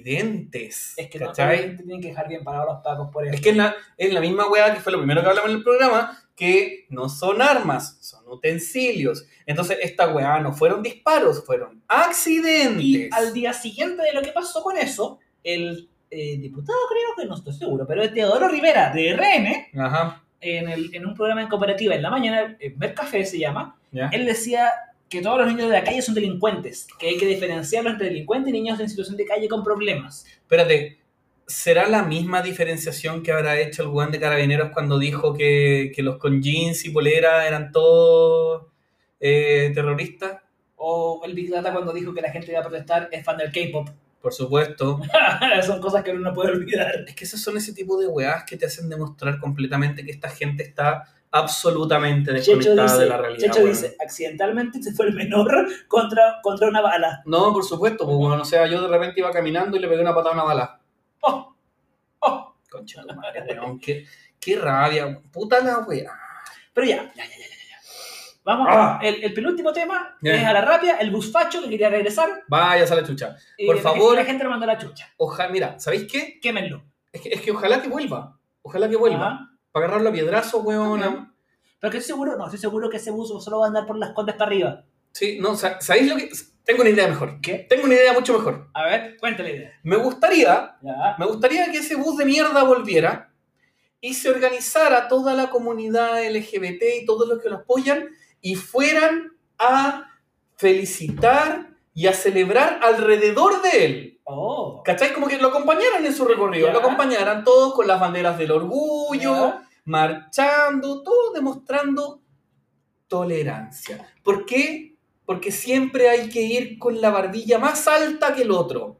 accidentes. Es que no, ¿cachai? obviamente tienen que dejar bien parados los pacos por eso. Es que es la, es la misma weá que fue lo primero que hablamos en el programa, que no son armas, son utensilios. Entonces, esta weá no fueron disparos, fueron accidentes. y al día siguiente de lo que pasó con eso, el eh, diputado creo que no estoy seguro, pero es Teodoro Rivera de RN, Ajá, en, el- en un programa en cooperativa en la mañana, en Ver Café se llama, ya. Él decía que todos los niños de la calle son delincuentes, que hay que diferenciarlos entre delincuentes y niños en situación de calle con problemas. Espérate, ¿será la misma diferenciación que habrá hecho el weón de Carabineros cuando dijo que, que los con jeans y polera eran todos eh, terroristas? O el Big Data cuando dijo que la gente iba a protestar es fan del K-pop. <laughs> Por supuesto. son cosas que uno no puede olvidar. Es que esos son ese tipo de weás que te hacen demostrar completamente que esta gente está absolutamente Checho desconectada dice, de la realidad. Checho weón. dice, accidentalmente se fue el menor contra, contra una bala. <laughs> No, por supuesto, pues, weón, o sea, yo de repente iba caminando y le pegué una patada a una bala. Oh, oh. Concha de tu madre, weón, qué, qué rabia, puta la weá. Pero ya, ya, ya, ya, ya, ya. Vamos, Ah. el, el penúltimo tema Ya. es a la rapia, el busfacho que quería regresar. Vaya, sale chucha. y Por la gente- favor. La gente le mandó la chucha. Ojalá, mira, ¿sabéis qué? Quémenlo. Es que, es que ojalá que vuelva. Ojalá que vuelva. Ajá. Para agarrarlo a piedrazos, weón. También. Pero que estoy seguro, no, estoy seguro que ese bus solo va a andar por las condes para arriba. Sí, no, sa- ¿sabéis lo que.? Tengo una idea mejor. ¿Qué? Tengo una idea mucho mejor. A ver, cuéntale la idea. Me gustaría, Ya. me gustaría que ese bus de mierda volviera y se organizara toda la comunidad LGBT y todos los que lo apoyan y fueran a felicitar y a celebrar alrededor de él. Oh. ¿Cachai? Como que lo acompañaran en su recorrido, Ya. lo acompañaran todos con las banderas del orgullo, Ya. marchando, todo demostrando tolerancia. ¿Por qué? Porque siempre hay que ir con la barbilla más alta que el otro.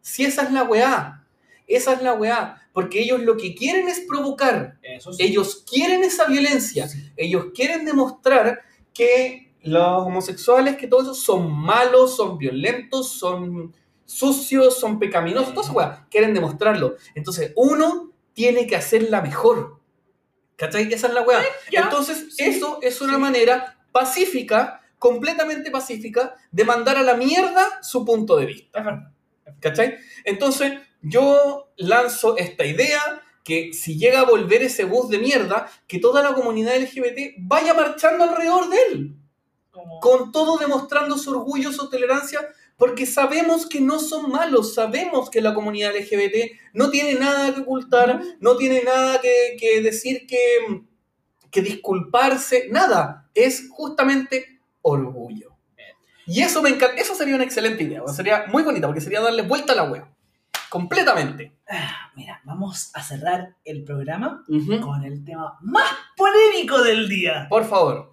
Si esa es la weá, esa es la weá. Porque ellos lo que quieren es provocar, Eso sí. ellos quieren esa violencia, ellos quieren demostrar que los homosexuales, que todos esos son malos, son violentos, son sucios, son pecaminosos, todas esas weas, quieren demostrarlo. Entonces, uno tiene que hacerla mejor. ¿Cachai? Esa es la weá. Ya. Entonces, sí, eso es una sí. manera pacífica, completamente pacífica, de mandar a la mierda su punto de vista. Es verdad. ¿Cachai? Entonces, yo lanzo esta idea que si llega a volver ese bus de mierda, que toda la comunidad LGBT vaya marchando alrededor de él, Como- con todo demostrando su orgullo, su tolerancia, porque sabemos que no son malos, sabemos que la comunidad LGBT no tiene nada que ocultar, no tiene nada que, que decir que, que disculparse, nada, es justamente orgullo. Y eso me encanta, eso sería una excelente idea, weón, sería muy bonita, porque sería darle vuelta a la web, completamente. Ah, Mira, vamos a cerrar el programa con el tema más polémico del día. Por favor.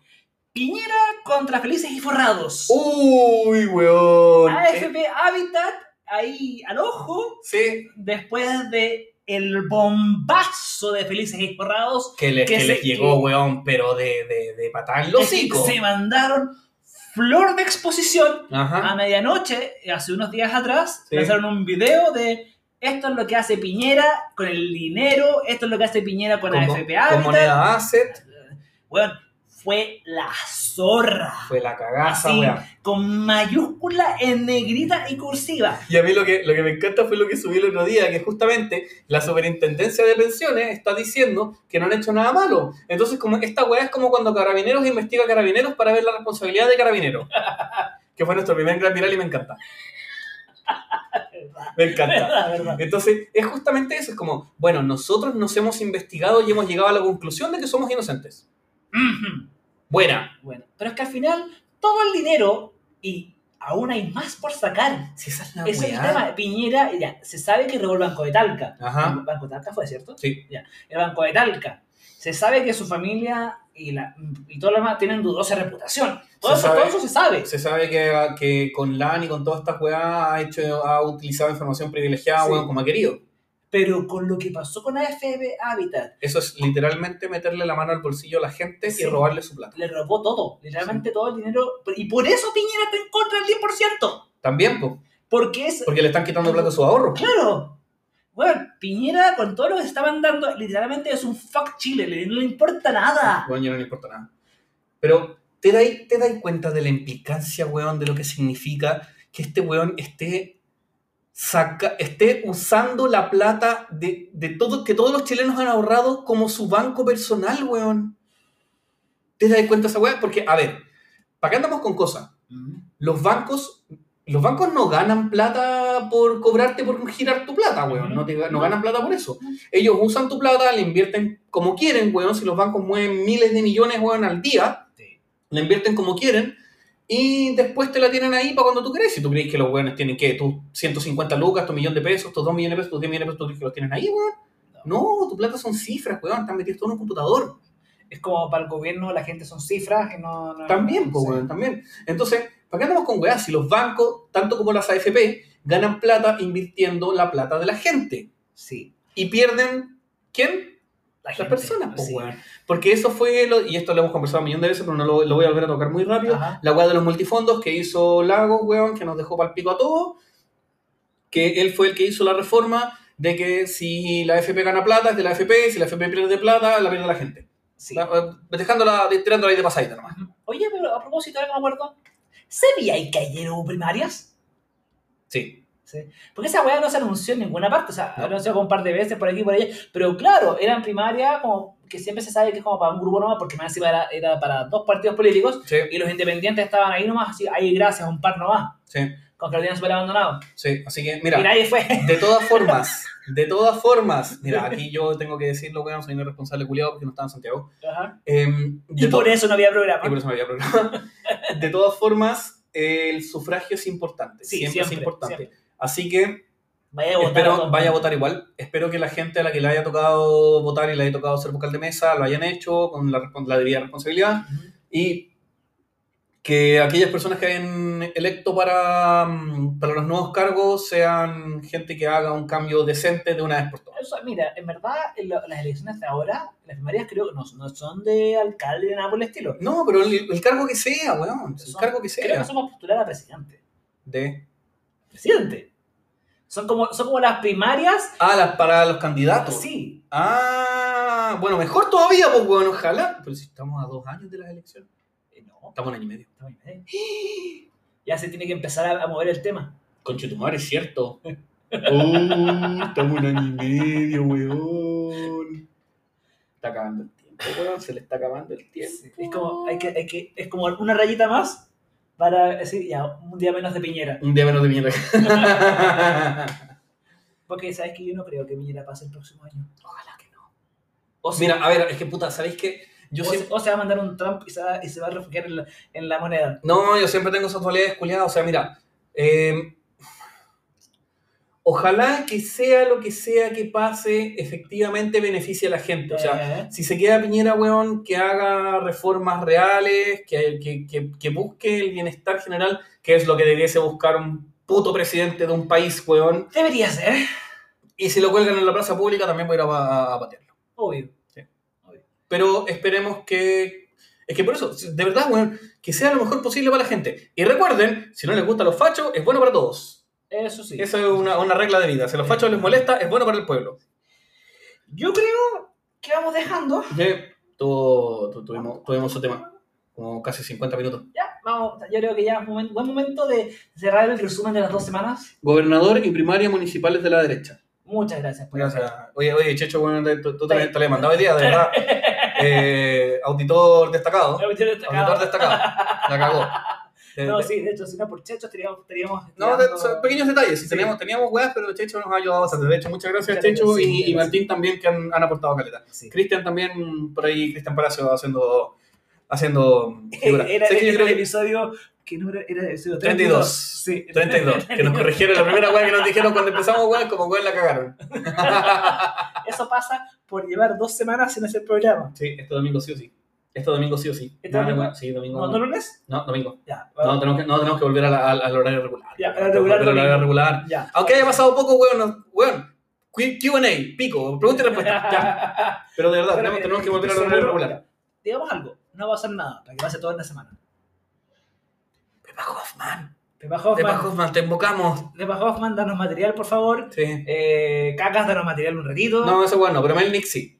Piñera contra felices y forrados. Uy, weón. Eh, AFP Habitat ahí al ojo Sí, después de el bombazo de felices y forrados que les, Que que se- les llegó, weón, pero de, de, de patada en los Es que hocicos. Se mandaron flor de exposición Ajá. a medianoche, hace unos días atrás, Sí. lanzaron un video de esto es lo que hace Piñera con el dinero, esto es lo que hace Piñera con Como- AFP con Habitat. moneda asset, Bueno, fue la zorra. fue la cagaza, Así. weón. Con mayúscula en negrita y cursiva. <laughs> Y a mí lo que, lo que me encanta fue lo que subí el otro día, que justamente la superintendencia de pensiones está diciendo que no han hecho nada malo. Entonces, como esta weá es como cuando Carabineros investiga a Carabineros para ver la responsabilidad de Carabineros. <laughs> Que fue nuestro primer gran viral y me encanta. Me encanta. La verdad. Entonces, es justamente eso, es como, bueno, nosotros nos hemos investigado y hemos llegado a la conclusión de que somos inocentes. Ujú. Buena. Bueno, pero es que al final todo el dinero y aún hay más por sacar. Si esa es la Ese es el weá. tema. Piñera, ya, se sabe que robó el Banco de Talca. Ajá. El Banco de Talca fue, ¿cierto? Sí. Ya. El Banco de Talca. Se sabe que su familia y, la, y todo lo demás tienen dudosa reputación. Todo, Se eso, sabe. todo eso se sabe. Se sabe que, que con LAN y con todas estas weas ha, hecho, ha utilizado información privilegiada Sí. weón, como ha querido. Pero con lo que pasó con AFB Habitat, Eso es literalmente meterle la mano al bolsillo a la gente Sí. y robarle su plata. le robó todo. Literalmente todo el dinero. Y por eso Piñera está en contra del 10%. También, po, Porque es. porque le están quitando plata a su ahorro. Claro. Bueno, Piñera con todo lo que se estaban dando, literalmente es un fuck Chile. le- No le importa nada. Bueno, yo no le importa nada. Pero, ¿te dais te dais cuenta de la implicancia, weón, de lo que significa que este weón esté, saca, esté usando la plata de, de todo, que todos los chilenos han ahorrado como su banco personal, weón? ¿Te dais cuenta de esa weón? Porque, a ver, ¿para qué andamos con cosas? los bancos los bancos no ganan plata por cobrarte por girar tu plata, weón. No, te- no ganan plata por eso. Ellos usan tu plata, la invierten como quieren, weón. Si los bancos mueven miles de millones, weón, al día, Sí. la invierten como quieren y después te la tienen ahí para cuando tú crees. Si tú crees que los weones tienen, ¿qué? Tus 150 lucas, tu millón de pesos, tus 2 millones de pesos, tus 10 millones de pesos, ¿tú crees que los tienen ahí, weón? No, tu plata son cifras, weón. Están metidos todo en un computador. Es como para el gobierno la gente son cifras que no. no- También, no pues, sé. weón, también. Entonces, ¿para qué andamos con weá? Si los bancos, tanto como las AFP, ganan plata invirtiendo la plata de la gente. Sí. Y pierden, ¿quién? la las gente, personas, pues, sí. weón. Porque eso fue, lo- y esto lo hemos conversado un millón de veces, pero no lo, lo voy a volver a tocar muy rápido. Ajá. La weá de los multifondos que hizo Lagos, weón, que nos dejó pal pico a todos. Que él fue el que hizo la reforma de que si la FP gana plata, es de la FP, si la FP pierde plata, la pierde la gente. Sí. La- eh, Dejándola, de- tirándola ahí de pasadita nomás. Oye, pero a propósito, ahora que me acuerdo, ¿sabía que ayer hubo primarias? Sí. Porque esa weá no se anunció en ninguna parte, o sea, No. se anunció como un par de veces por aquí y por allá, pero claro, eran primarias como que siempre se sabe que es como para un grupo nomás, porque más encima era, era para dos partidos políticos, Sí, y los independientes estaban ahí nomás, así, ahí gracias, un par nomás, sí, con que lo tenían súper abandonado. sí. Así que, Y mira, nadie fue. de todas <laughs> formas, de todas formas, mira, aquí yo tengo que decirlo, weón, soy un irresponsable culiado porque no estaba en Santiago. Ajá. Em, de <laughs> Y por to- eso no había Y por programa. eso me había <laughs> programado. De todas formas, el sufragio es importante. Sí, siempre, es siempre, importante. Así que Vaya a votar. a espero todos. vaya a votar igual. Espero que la gente a la que le haya tocado votar y le haya tocado ser vocal de mesa lo hayan hecho con la, con la debida responsabilidad. Ujú. Y que aquellas personas que hayan electo para, mm, para los nuevos cargos sean gente que haga un cambio decente de una vez por todas. Eso, mira, en verdad, en lo- las elecciones de ahora, las primarias creo que no, no son de alcalde ni nada por el estilo. No, pero el, el cargo que sea, weón. El Son- cargo que Creo que sea. somos postular a presidente. De... Presidente. Son como, son como las primarias. Ah, las- para los candidatos. Sí. Ah, bueno, mejor todavía, pues, bueno, ojalá. Pero si estamos a dos años de las elecciones. Eh, No, Estamos un año y <gasps> medio. está muy bien. ¿eh? Ya se tiene que empezar a, a mover el tema. Conchetumar, es cierto. estamos un año y medio, weón. Está acabando el tiempo, weón. Se le está acabando el tiempo. Es como, hay que, hay que, es como una rayita más para decir, ya, un día menos de Piñera. Un día menos de mierda. Porque sabes que yo no creo que Piñera pase el próximo año. Ojalá que no. O <laughs> sea, Mira, a ver, es que puta, ¿sabéis qué? Yo o, siempre. se, o se va a mandar un Trump y se va, y se va a refugiar en la, en la moneda. No, yo siempre tengo esas dualidades culiadas. O sea, mira. eh, Ojalá que sea lo que sea que pase, efectivamente beneficie a la gente. O sea, Eh, Si se queda Piñera, weón, que haga reformas reales, que, que- que- que busque el bienestar general, que es lo que debiese buscar un puto presidente de un país, weón. debería ser, Y si lo cuelgan en la plaza pública, también voy a ir a, a patearlo. obvio. Pero esperemos que... Es que por eso, de verdad, weón, que sea lo mejor posible para la gente. Y recuerden, si no les gustan los fachos, es bueno para todos. Eso sí. Esa es una, una regla de vida. Si a los fachos les molesta, es bueno para el pueblo. Yo creo que vamos dejando. Ya, tu- tu- tuvimos, tuvimos su tema, como casi 50 minutos. Ya, vamos. Yo creo que ya es momen- buen momento de cerrar el resumen de las dos semanas. Gobernador y primaria municipales de la derecha. Muchas gracias. por Gracias. estar. Oye, oye, Checho, bueno, te- tú, tú te, te le he mandado hoy día, de verdad. Eh, auditor destacado. Una cuestión destacada. Auditor destacado. La cagó. Te- <laughs> No, te- sí, de hecho, si no por chechos teníamos... teníamos no, te- teníamos- son pequeños detalles. Sí, Teníamos, teníamos weas, pero Checho nos ha ayudado bastante. De hecho, muchas gracias, Muchas Checho gracias, y- y, gracias. Martín también, que han, han aportado caleta. Sí. Cristian también, por ahí, Cristian Palacio haciendo. haciendo <laughs> figura. <laughs> Era, Sé que yo era creo el que- episodio... ¿Qué número era? El episodio 32. <laughs> Sí. <laughs> 32, que nos corrigieron la primera wea que nos dijeron cuando empezamos, weón, como weón la cagaron. <laughs> Eso pasa por llevar dos semanas sin hacer programa. Sí, este domingo sí o sí. Este domingo sí o sí. ¿Este No, domingo? no, Sí, domingo. ¿No, no lunes? No, domingo. Ya. No, tenemos que, no, tenemos que volver a la- al, al horario regular. Ya, al Tenemos que regular volver al horario domingo. regular. <laughs> <laughs> Ya. Aunque haya pasado poco, weón, no- weón. Q- QA, pico, pregunta y <laughs> respuesta. Ya. Pero de verdad, tenemos, tenemos que volver al horario regular. este Digamos algo, no va a pasar nada, para que pase toda la semana. Pepa Hoffman. Pepa Hoffman, Pepa Hoffman, te invocamos. Pepa Hoffman, danos material, por favor. Sí. Eh, Cacas, danos material un ratito. No, ese weón no, pero Mel Nick sí.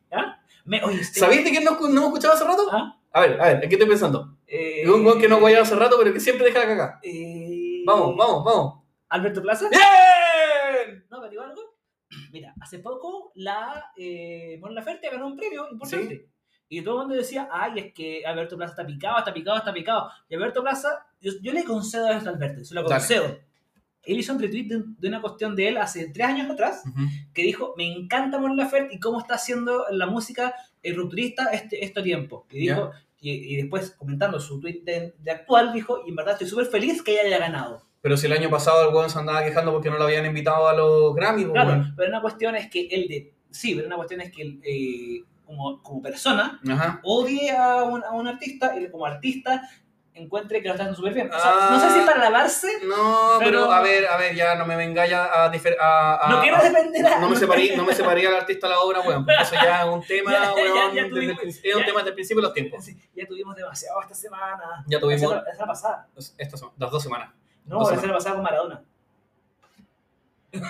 Me, oye, este- ¿Sabéis de quién no, no hemos escuchado hace rato? Ah, A ver, a ver, aquí estoy pensando. eh, Es un weón que no voy hace rato, pero que siempre deja la cagada. eh, Vamos, ¿Eh? vamos, vamos. ¿Alberto Plaza? ¡Bien! No, pero digo algo. <clears throat> Mira, hace poco la eh, Mon Laferte ganó un premio importante. Y todo el mundo decía, ay, es que Alberto Plaza está picado, está picado, está picado. Y Alberto Plaza, yo, yo le concedo esto a Alberto, se lo Dale. concedo. Él hizo un retweet de, de una cuestión de él hace tres años atrás, que dijo, me encanta Mon Laferte y cómo está haciendo la música eh, rupturista este, este tiempo. Y, dijo, y, y después, comentando su tweet de, de actual, dijo, y en verdad estoy súper feliz que ella haya ganado. Pero si el año pasado el weón se andaba quejando porque no lo habían invitado a los Grammy, pues, Claro, weón. pero una cuestión es que él de. Sí, pero una cuestión es que él, eh, como, como persona Ajá. odie a un, a un artista, él como artista encuentre que lo está haciendo súper bien. O sea, no sé Ah. si es para lavarse. No, pero, Pero- a ver, a ver, ya no me venga ya a, difer- a, a- no quiero a- defender a. Ah, no me separé, no me separé al artista a la obra, weón. porque Eso ya es un tema, <laughs> Ya, ya, weón, ya desde el tuvimos- prin- es un ya. tema desde el principio de los tiempos. <laughs> Sí, ya tuvimos demasiado esta semana. Ya La tuvimos semana, la semana pasada. estas son las dos semanas. No, Dos la semana pasada con Maradona. <laughs> <laughs>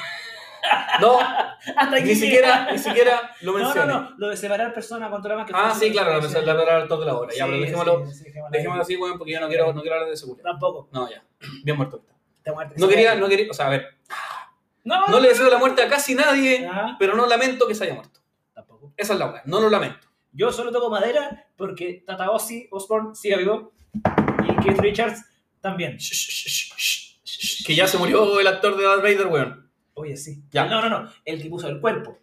No, Hasta aquí ni siquiera, ni siquiera lo No, no, mencioné. no. Lo de separar personas con más que Ah, fue- sí, claro, la mencioné, la palabra del autor de la obra. Ya, Sí, pero dejémoslo, sí, sí, dejémoslo ahí. dejémoslo así, weón, porque yo no quiero, no quiero hablar de seguridad. Tampoco. No, ya. <clears throat> Bien muerto. está. Está muerto. No quería, no quería, o sea, a ver, No, no le deseo la muerte a casi nadie, Ah, pero no lamento que se haya muerto. tampoco. Esa es la obra, no lo lamento. Yo solo toco madera porque Tata Ossi Osborne sigue vivo y Keith Richards también. Shh, shh, shh, shh, shh, Que ya se murió el actor de Darth Vader, weón. Oye, sí. Ya. No, no, no. El que puso el cuerpo.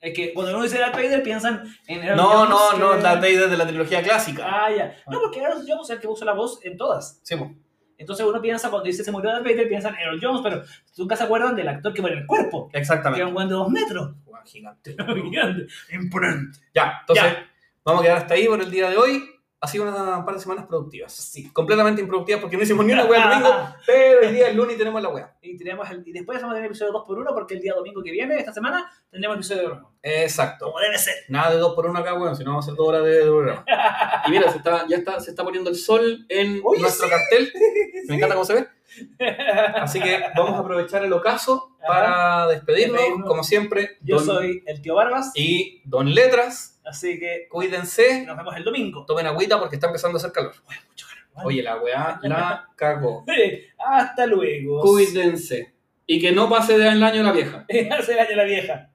Es que cuando uno dice Darth Vader piensan en Aaron No, Jones, no, no, que- Darth Vader de la trilogía clásica. Ah, ya. No, porque Aaron Jones es el que puso la voz en todas. Sí, mo. Entonces uno piensa, cuando dice se murió Darth Vader, piensan en Aaron Jones, pero nunca se acuerdan del actor que pone el cuerpo. Que era exactamente. un buen de dos metros. <laughs> Weón, gigante. Gigante. Imponente. Ya, entonces, vamos a quedar hasta ahí por el día de hoy. Ha sido una par de semanas productivas. Sí. Completamente improductivas porque no hicimos ni una wea el <laughs> domingo, pero el día del lunes tenemos la wea. Ah, Y, tenemos el- y después vamos a tener episodio 2x1 porque el día domingo que viene, esta semana, tendremos episodio nuevo. Exacto. Como debe ser. Nada de dos por uno acá, weón, si no vamos a hacer dos horas de, de programa. Y mira, se está, ya está, se está poniendo el sol en Oye, nuestro cartel. Me encanta cómo se ve. Así que vamos a aprovechar el ocaso Ajá. para despedirnos, Despedirnos. como siempre. <laughs> Yo don- soy el tío Barbas, Y Don Letras, así que cuídense, nos vemos el domingo. <laughs> tomen agüita porque está empezando a hacer calor. Oye, la weá la cagó. Hasta luego. Cuídense. Y que no pase de año la vieja. <laughs> Hace daño a la vieja.